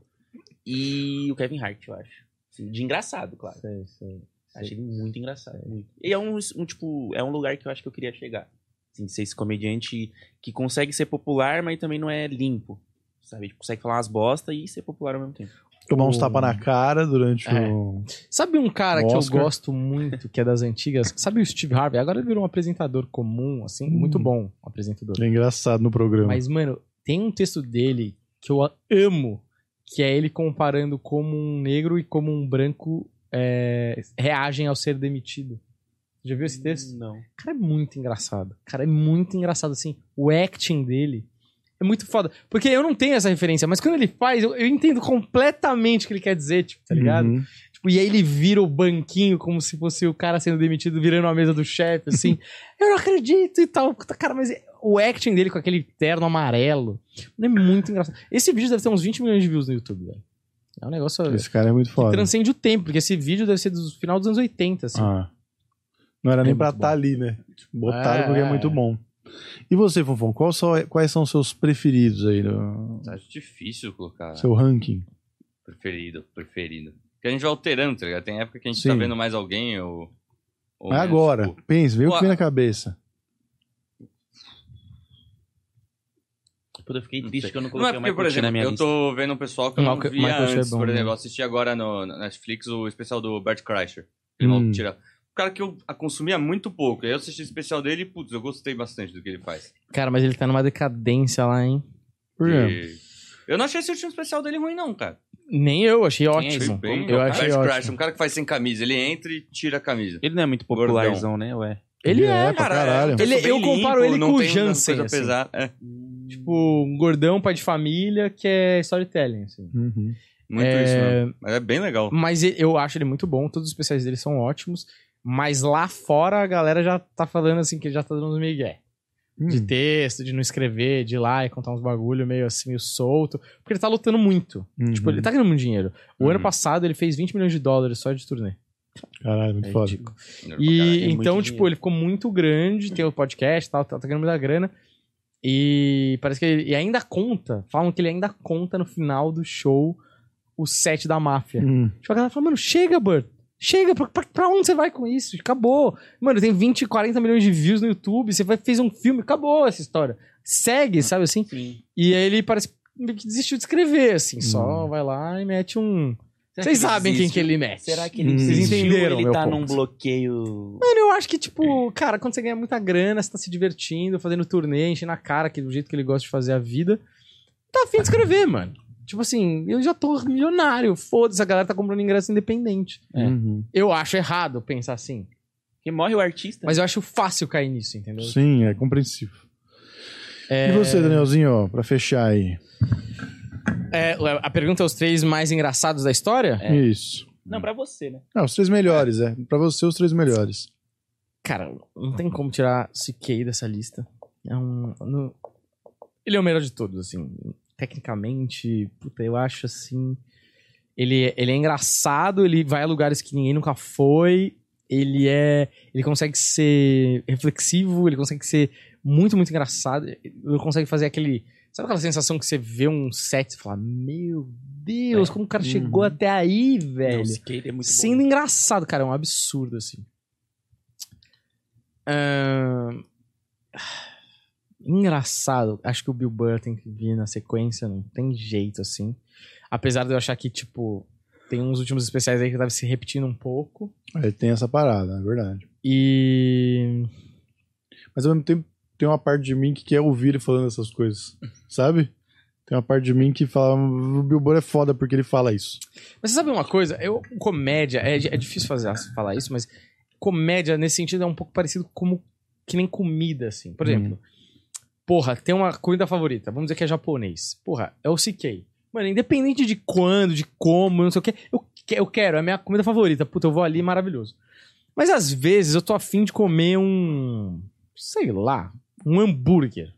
E o Kevin Hart, eu acho. Assim, de engraçado, claro.
Sei, sei.
Achei ele muito engraçado. Muito. E é um, um, tipo, é um lugar que eu acho que eu queria chegar. Assim, de ser esse comediante que consegue ser popular, mas também não é limpo. Sabe? Tipo, Consegue falar umas bosta e ser popular ao mesmo tempo.
Tomar uns
O-
tapas na cara durante
É.
o.
Sabe um cara
O
que eu
Oscar.
gosto muito, que é das antigas? Sabe o Steve Harvey? Agora ele virou um apresentador comum, assim,
Hum.
muito bom um apresentador.
É engraçado no programa.
Mas, mano, tem um texto dele que eu a- amo, que é ele comparando como um negro e como um branco é, reagem ao ser demitido. Já viu esse texto?
Não.
O cara é muito engraçado. O cara é muito engraçado, assim. O acting dele é muito foda. Porque eu não tenho essa referência, mas quando ele faz, eu, eu entendo completamente o que ele quer dizer, tipo, tá ligado?
Uhum.
Tipo, e aí ele vira o banquinho como se fosse o cara sendo demitido, virando a mesa do chefe, assim. eu não acredito e tal. Puta, Cara, mas o acting dele com aquele terno amarelo é muito engraçado. Esse vídeo deve ter uns 20 milhões de views no YouTube, velho. É um negócio que
Esse cara é muito foda.
transcende o tempo, porque esse vídeo deve ser do final dos anos 80, assim.
Ah. Não era
É
nem pra
muito
estar
bom.
ali, né? Botaram
É,
porque é
é.
muito bom. E você, Fonfon, qual só- é- quais são os seus preferidos aí no
né? Acho difícil
Ah.
colocar
seu ranking?
preferido, preferido. Porque a gente vai alterando, tá ligado? Tem época que a gente
Sim.
tá vendo mais alguém ou... ou
Mas
menos,
agora,
tipo,
pensa, vê o que
Ué.
vem na cabeça.
Puta, eu fiquei
Não
triste
sei.
que eu não
Não é
coloquei
porque,
mais
por exemplo, eu tô vendo um pessoal que eu não
Michael-
via
Michael
antes,
Chabon,
por
né?
exemplo. Eu assisti agora no, na Netflix o especial do Bert Kreischer. Ele
Hum.
hum. tira... O cara que eu a consumia muito pouco. Aí eu assisti o especial dele e, putz, eu gostei bastante do que ele faz.
Cara, mas ele tá numa decadência lá, hein?
Por quê?
E- Eu não achei esse último especial dele ruim, não, cara.
Nem eu, achei
é
Achei
ótimo.
bem-
eu
o
achei
Bert
ótimo.
Kreischer, um cara que faz sem camisa. Ele entra e tira a camisa.
Ele não é muito
Gordão.
popularzão, né? Ué.
Ele é,
pra
é
caralho.
um texto
Ele-
bem
eu comparo ele
não
com o
tem uma
Jansen,
coisa
assim.
pesada. É,
Hum,
Tipo, um gordão, pai de família, que é storytelling, assim.
Uhum.
muito
É, hum,
isso, mesmo. Mas é bem legal.
Mas e- eu acho ele muito bom, todos os especiais dele são ótimos. Mas lá fora a galera já tá falando assim que ele já tá dando uns migué. De
Hum.
texto, de não escrever, de ir lá e contar uns bagulho meio assim, meio solto. Porque ele tá lutando muito. Tipo,
Uhum.
ele tá ganhando muito dinheiro. O
Uhum.
ano passado ele fez 20 milhões de dólares só de turnê.
Caralho, muito
É
foda.
ridículo.
Pra caralho.
E
tem muito
então,
dinheiro.
tipo, ele ficou muito grande, tem o podcast e tal, tá, tá ganhando muita grana. E parece que ele e ainda conta, falam que ele ainda conta no final do show o set da máfia.
É.
Hum.
Tipo, a galera fala, mano, chega, Bert. Chega, pra, pra, pra onde você vai com isso? Acabou. Mano, tem 20, 40 milhões de views no YouTube, você vai, fez um filme, acabou essa história. Segue, sabe assim?
Sim.
E aí ele parece meio que desistiu de escrever, assim, só vai lá e mete um...
Hum. Será
Vocês
que ele
sabem quem
desiste?
que ele mete.
Será que
Hum.
ele desistiu?
Vocês entenderam
Ele
meu
tá
ponto.
num É. bloqueio...
Mano, eu acho que, tipo, cara, quando você ganha muita grana, você tá se divertindo, fazendo turnê, enchendo a cara, que do jeito que ele gosta de fazer a vida, tá afim de escrever, mano. Tipo assim, eu já tô milionário, foda-se, a galera tá comprando ingresso independente.
É.
Uhum.
Eu acho errado pensar assim.
Porque morre o artista.
Mas eu acho fácil cair nisso, entendeu?
Sim,
É.
é compreensível. E você, Danielzinho, ó, pra fechar aí?
É, a pergunta é os três mais engraçados da história?
É.
Isso.
Não, pra você, né?
Ah, os três melhores, é. Pra você, os três melhores.
Cara, não tem como tirar Siquei dessa lista. É um. no- Ele é o melhor de todos, assim. Tecnicamente, puta, eu acho assim. Ele, ele é engraçado, ele vai a lugares que ninguém nunca foi. Ele é. Ele consegue ser reflexivo, ele consegue ser muito, muito engraçado. Ele consegue fazer aquele. Sabe aquela sensação que você vê um set e fala: Meu Deus, como o cara
Uhum.
chegou até aí, velho?
Não, Skate é muito
Sendo
bom.
engraçado, cara, é um absurdo, assim. Ahn, Engraçado. Acho que o Bill Burr tem que vir na sequência, não tem jeito, assim. Apesar de eu achar que, tipo, tem uns últimos especiais aí que tava se repetindo um pouco.
Ele tem essa parada, é verdade.
E.
Mas ao mesmo tempo, tem uma parte de mim que quer ouvir ele falando essas coisas, sabe? Tem uma parte de mim que fala, o Bill Burr é foda porque ele fala isso.
Mas você sabe uma coisa? Eu, comédia, é, é difícil fazer, falar isso, mas comédia nesse sentido é um pouco parecido como que nem comida, assim. Por
Uhum.
exemplo, porra, tem uma comida favorita, vamos dizer que é japonês. Porra, é o CK. Mano, independente de quando, de como, não sei o que, eu, que- eu quero, é a minha comida favorita. Puta, eu vou ali, maravilhoso. Mas às vezes eu tô afim de comer um. sei lá, um hambúrguer.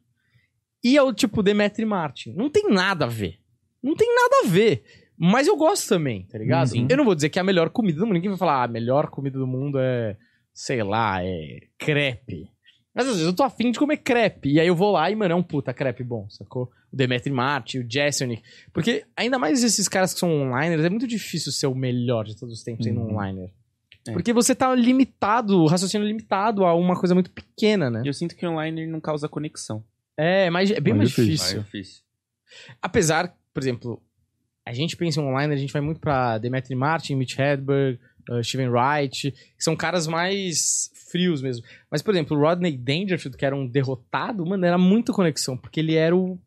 E é o tipo Demetri Martin. Não tem nada a ver. Não tem nada a ver. Mas eu gosto também, tá ligado?
Uhum.
Eu não vou dizer que é a melhor comida do mundo. Ninguém vai falar, ah, a melhor comida do mundo é, sei lá, é crepe. Mas às vezes eu tô afim de comer crepe. E aí eu vou lá e, mano, é um puta crepe bom, sacou? O Demetri Martin, o Jessonic. Porque ainda mais esses caras que são onliners, é muito difícil ser o melhor de todos os tempos sendo
Uhum.
onliner.
É.
Porque você tá limitado, o raciocínio é limitado a uma coisa muito pequena, né?
Eu sinto que online não causa conexão.
É, mas é bem
Mas
mais
difícil.
Mas
difícil.
eu fiz.
Apesar, por exemplo, a gente pensa em online, a gente vai muito pra Demetri Martin, Mitch Hedberg, uh, Steven Wright, que são caras mais frios mesmo. Mas, por exemplo, o Rodney Dangerfield, que era um derrotado, mano, era muito conexão, porque ele era o,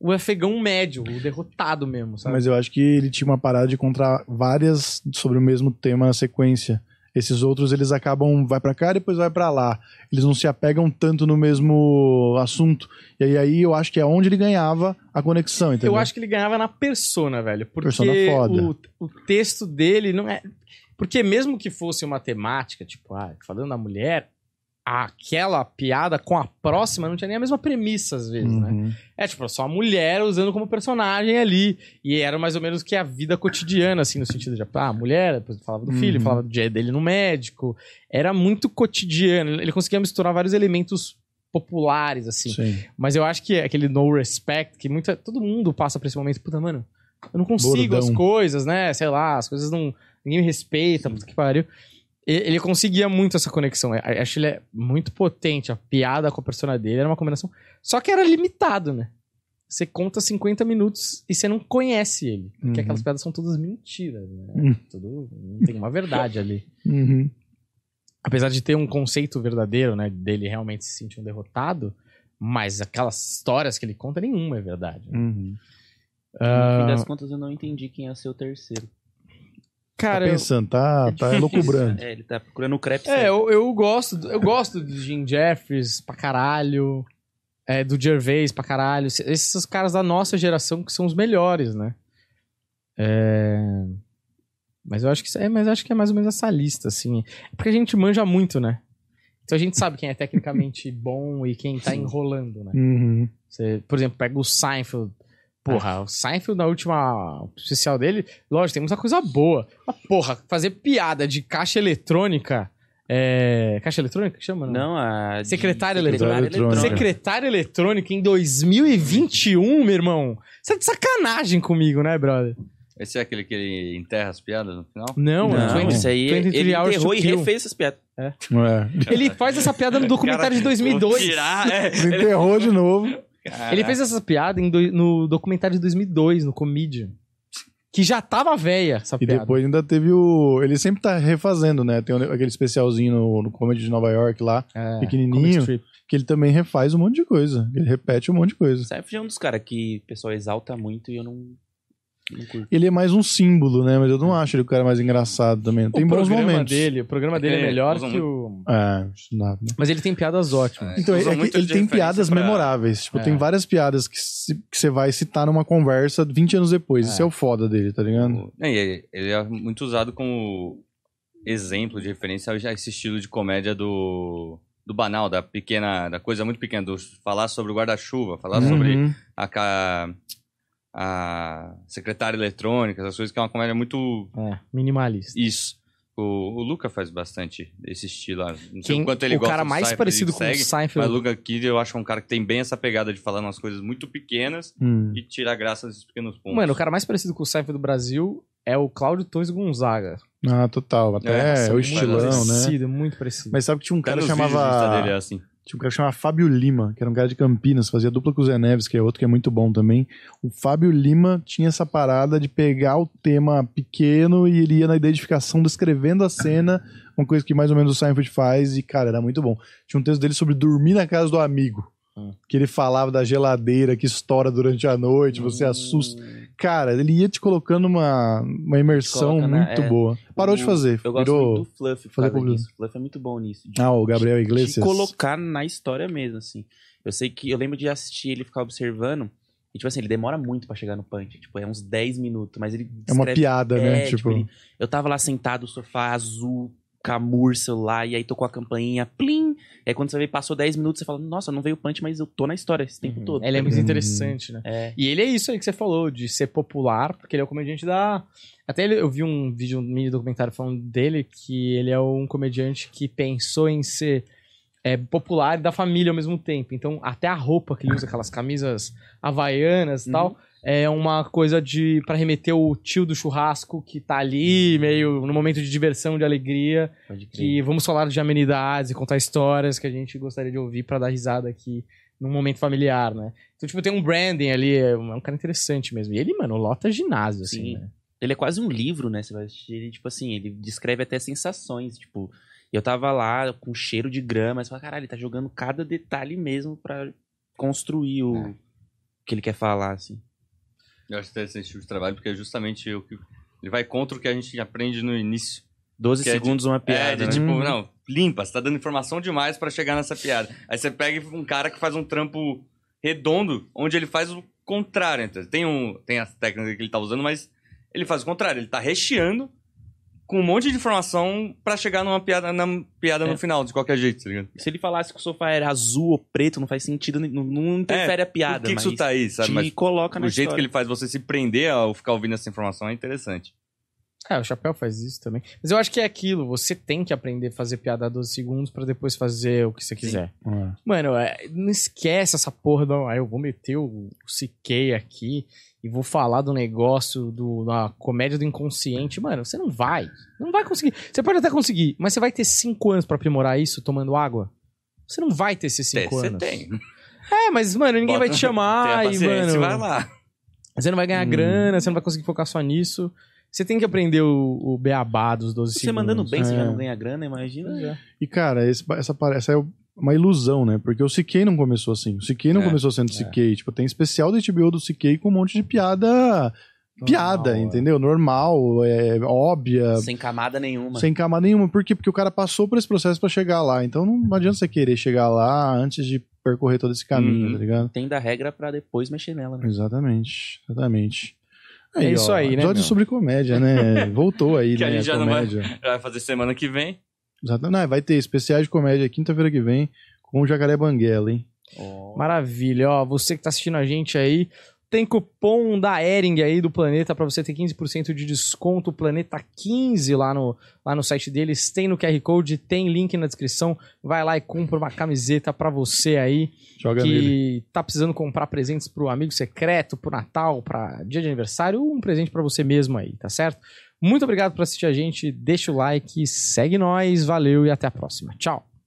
o afegão médio, o derrotado mesmo, sabe?
Mas eu acho que ele tinha uma parada de encontrar várias sobre o mesmo tema na sequência. Esses outros, eles acabam, vai pra cá, depois vai pra lá. Eles não se apegam tanto no mesmo assunto. E aí, aí eu acho que é onde ele ganhava a conexão, entendeu?
Eu acho que ele ganhava na persona, velho. Porque
Persona foda.
O, o texto dele não é. Porque mesmo que fosse uma temática, tipo, ah, falando da mulher, aquela piada com a próxima não tinha nem a mesma premissa, às vezes, né?
Uhum.
É, tipo, só a mulher usando como personagem ali. E era mais ou menos que a vida cotidiana, assim, no sentido de, ah, a mulher, depois falava do filho,
Uhum.
falava do dia dele no médico. Era muito cotidiano. Ele conseguia misturar vários elementos populares, assim.
Sim.
Mas eu acho que é aquele no respect, que muita, todo mundo passa por esse momento, puta, mano, eu não consigo
Bordão.
as coisas, né? Sei lá, as coisas não. Ninguém me respeita, puta que pariu. E- Ele conseguia muito essa conexão. Eu acho que ele é muito potente. A piada com a persona dele era uma combinação. Só que era limitado, né? Você conta 50 minutos e você não conhece ele. Porque
Uhum.
aquelas piadas são todas mentiras, né?
Hum.
Tudo, não tem uma verdade ali
Uhum.
apesar de ter um conceito verdadeiro, né, dele realmente se sentir um derrotado, mas aquelas histórias que ele conta, nenhuma é verdade. né?
Uhum.
No
Ah,
fim das contas, eu não entendi quem ia ser o terceiro.
cara,
tá
eu-
pensando, tá, tá
[LAUGHS]
loucubrando.
É, ele tá procurando o crepe.
é,
certo.
eu, eu gosto, do- eu gosto do Jim Jeffries pra caralho, é, do Gervais pra caralho, esses- esses caras da nossa geração que são os melhores, né? É, Mas eu acho que isso- é, mas eu acho que é mais ou menos essa lista, assim. É porque a gente manja muito, né? Então a gente sabe quem é tecnicamente [LAUGHS] bom e quem tá enrolando, né?
Uhum.
Você, por exemplo, pega o Seinfeld. Porra, o Seinfeld na última o especial dele, lógico, tem muita coisa boa. Mas, porra, fazer piada de caixa eletrônica. É. Caixa eletrônica que chama?
Não, a. de-
Secretária
secretária
eletrônica.
eletrônica.
Secretário eletrônico em 2021, meu irmão. Você tá de sacanagem comigo, né, brother?
Esse é aquele que ele enterra as piadas no final?
Não, é
Não,
20
isso aí.
23
Ele
hours to
enterrou e
kill.
refez essas piadas.
É.
Ele faz essa
[LAUGHS]
piada no documentário de 2002.
Vou tirar,
[LAUGHS]
é.
Ele enterrou de novo. [LAUGHS]
Ele fez essa piada em do- no documentário de 2002, no Comedian. Que já tava velha essa
E
piada.
depois ainda teve o. Ele sempre tá refazendo, né? Tem um- aquele especialzinho no, no Comedy de Nova York lá,
É, Comedy
pequenininho,
Strip.
que ele também refaz um monte de coisa. Ele repete um monte de coisa.
Seinfeld é um dos caras que o pessoal exalta muito e eu não. Não curto.
Ele é mais um símbolo, né? Mas eu não acho ele o cara mais engraçado também. Tem
o
bons
programa
momentos.
Dele, o programa dele é,
É,
melhor
usam
que o.
É, isso não dá, né?
Mas ele tem piadas ótimas.
Então, é
Usa
que
muito
ele
de
tem
referência
piadas
pra-
memoráveis. Tipo,
É.
tem várias piadas que se- que você vai citar numa conversa 20 anos depois.
É.
Isso é o foda dele, tá ligado?
O- né, e Ele, ele é muito usado como exemplo de referência a esse estilo de comédia do, do banal, da pequena, da coisa muito pequena, do falar sobre o guarda-chuva, falar sobre
Uhum.
a, ca- a secretária eletrônica, essas coisas, que é uma comédia muito
É, minimalista.
isso. O, o Luca faz bastante desse estilo. ah, Não sei
Quem-
o quanto ele
o
gosta
cara
do
mais
Seinfeld,
parecido
ele
com
segue,
o
Mas
Seinfeld.
o Luca Kid eu acho um cara que tem bem essa pegada de falar umas coisas muito pequenas
Hum.
e tirar graça desses pequenos pontos.
Mano, o cara mais parecido com o Seinfeld do Brasil é o Cláudio Torres Gonzaga.
Ah, total.
É,
Até o
muito
estilão, né?
parecido, muito parecido.
Mas sabe que tinha um
Até
cara que
nos vídeos do Insta
chamava.
dele é assim.
Tinha um cara que chamava Fábio Lima, que era um cara de Campinas, fazia dupla com o Zé Neves, que é outro que é muito bom também. O Fábio Lima tinha essa parada de pegar o tema pequeno e ele ia na identificação descrevendo a cena, uma coisa que mais ou menos o Seinfeld faz, e cara, era muito bom. Tinha um texto dele sobre dormir na casa do amigo,
Ah.
Hum.
que ele falava da geladeira que estoura durante a noite, você
Hum.
assusta. Cara, ele ia te colocando uma, uma imersão
Te coloca na-
muito
é.
boa. Parou de
O-
fazer,
Eu gosto
virou...
muito do Fluff
fazer
por causa
problema.
disso. O Fluff é muito bom nisso. de-
Ah, o Gabriel
de
Iglesias.
colocar na história mesmo, assim. Eu sei que eu lembro de assistir ele ficar observando. E, tipo assim, ele demora muito pra chegar no punch. Tipo, é uns 10 minutos, mas ele.
É uma
descreve-
piada, né?
É,
Tipo...
ele- eu tava lá sentado no sofá azul, camur, celular, e aí tocou a campainha, plim! E aí quando você vê, passou 10 minutos, você fala, nossa, não veio o punch, mas eu tô na história esse tempo todo.
Ele é muito
Uhum.
interessante, né?
É.
E ele é isso aí que você falou, de ser popular, porque ele é o comediante da. Até ele- eu vi um vídeo, um mini documentário falando dele, que ele é um comediante que pensou em ser é, popular e da família ao mesmo tempo. Então, até a roupa que ele usa, aquelas camisas havaianas e
Uhum.
tal, é uma coisa de. para remeter o tio do churrasco que tá ali, meio no momento de diversão, de alegria.
Pode crer.
que vamos falar de amenidades e contar histórias que a gente gostaria de ouvir pra dar risada aqui num momento familiar, né? Então, tipo, tem um branding ali, é um é um cara interessante mesmo. E ele, mano, lota ginásio, assim,
Sim.
né?
Ele é quase um livro, né? Você vai assistir ele, tipo assim, ele descreve até sensações, tipo... Eu tava lá com cheiro de grama, você fala, caralho, ele tá jogando cada detalhe mesmo pra construir o
É.
que ele quer falar, assim.
Eu acho interessante esse tipo de trabalho, porque é justamente o que. Ele vai contra o que a gente aprende no início.
12
Que é de-
segundos, uma
É,
piada,
de
né?
tipo,
Hum.
não, limpa, você tá dando informação demais pra chegar nessa piada. Aí você pega um cara que faz um trampo redondo, onde ele faz o contrário. Então, tem, um, tem as técnicas que ele tá usando, mas ele faz o contrário, ele tá recheando com um monte de informação pra chegar numa piada, na piada
É.
no final, de qualquer jeito, tá ligado?
Se ele falasse que o sofá era azul ou preto, não faz sentido, não, não interfere a piada,
Por que que
mas
isso tá aí, sabe?
te
Mas
coloca na
o jeito que
história.
ele faz você se prender ao ficar ouvindo essa informação é interessante.
É, o Chapéu faz isso também. Mas eu acho que é aquilo, você tem que aprender a fazer piada a 12 segundos pra depois fazer o que você quiser.
É.
Mano, é, não esquece essa porra. Não. Aí eu vou meter o, o Siquei aqui e vou falar do negócio do- da comédia do inconsciente. Mano, você não vai. Não vai conseguir. Você pode até conseguir, mas você vai ter cinco anos pra aprimorar isso tomando água? Você não vai ter esses cinco
Você
anos.
tem. [LAUGHS]
É, mas, mano, ninguém
Bota- [LAUGHS]
vai te chamar.
Tem a
e,
paciência,
mano,
vai lá.
Você não vai ganhar
Hum.
grana, você não vai conseguir focar só nisso. Você tem que aprender o, o beabá dos 12
Você
segundos.
mandando bem, você já
É.
não ganha grana, imagina. já.
E, cara, esse- essa parece é uma ilusão, né? Porque o Siquei não começou assim. O Siquei não
É,
começou sendo Siquei. Tipo, tem especial do HBO do Siquei com um monte de piada. piada,
é.
entendeu? Normal, é, óbvia,
Sem camada nenhuma.
sem camada nenhuma. Por quê? Porque o cara passou por esse processo pra chegar lá. Então não adianta você querer chegar lá antes de percorrer todo esse caminho,
Uhum.
tá ligado?
Tem da regra pra depois mexer nela, né?
Exatamente, exatamente.
É isso aí, né,
Episódio
meu?
sobre comédia, né? Voltou
[LAUGHS]
aí,
Que
né?
a gente já não vai-
comédia.
[LAUGHS] Vai fazer semana que vem.
Exatamente. Não, é, vai ter especiais de comédia quinta-feira que vem com o Jacaré Banguela, hein?
Maravilha, ó, você que tá assistindo a gente aí, tem cupom da Ering aí do Planeta pra você ter 15% de desconto, Planeta 15 lá no, lá no site deles, tem no QR Code, tem link na descrição, vai lá e compra uma camiseta pra você aí
Joga nele.
que tá precisando comprar presentes pro amigo secreto, pro Natal, pra dia de aniversário, um presente pra você mesmo aí, tá certo? Muito obrigado por assistir a gente, deixa o like, segue nós, valeu e até a próxima. Tchau.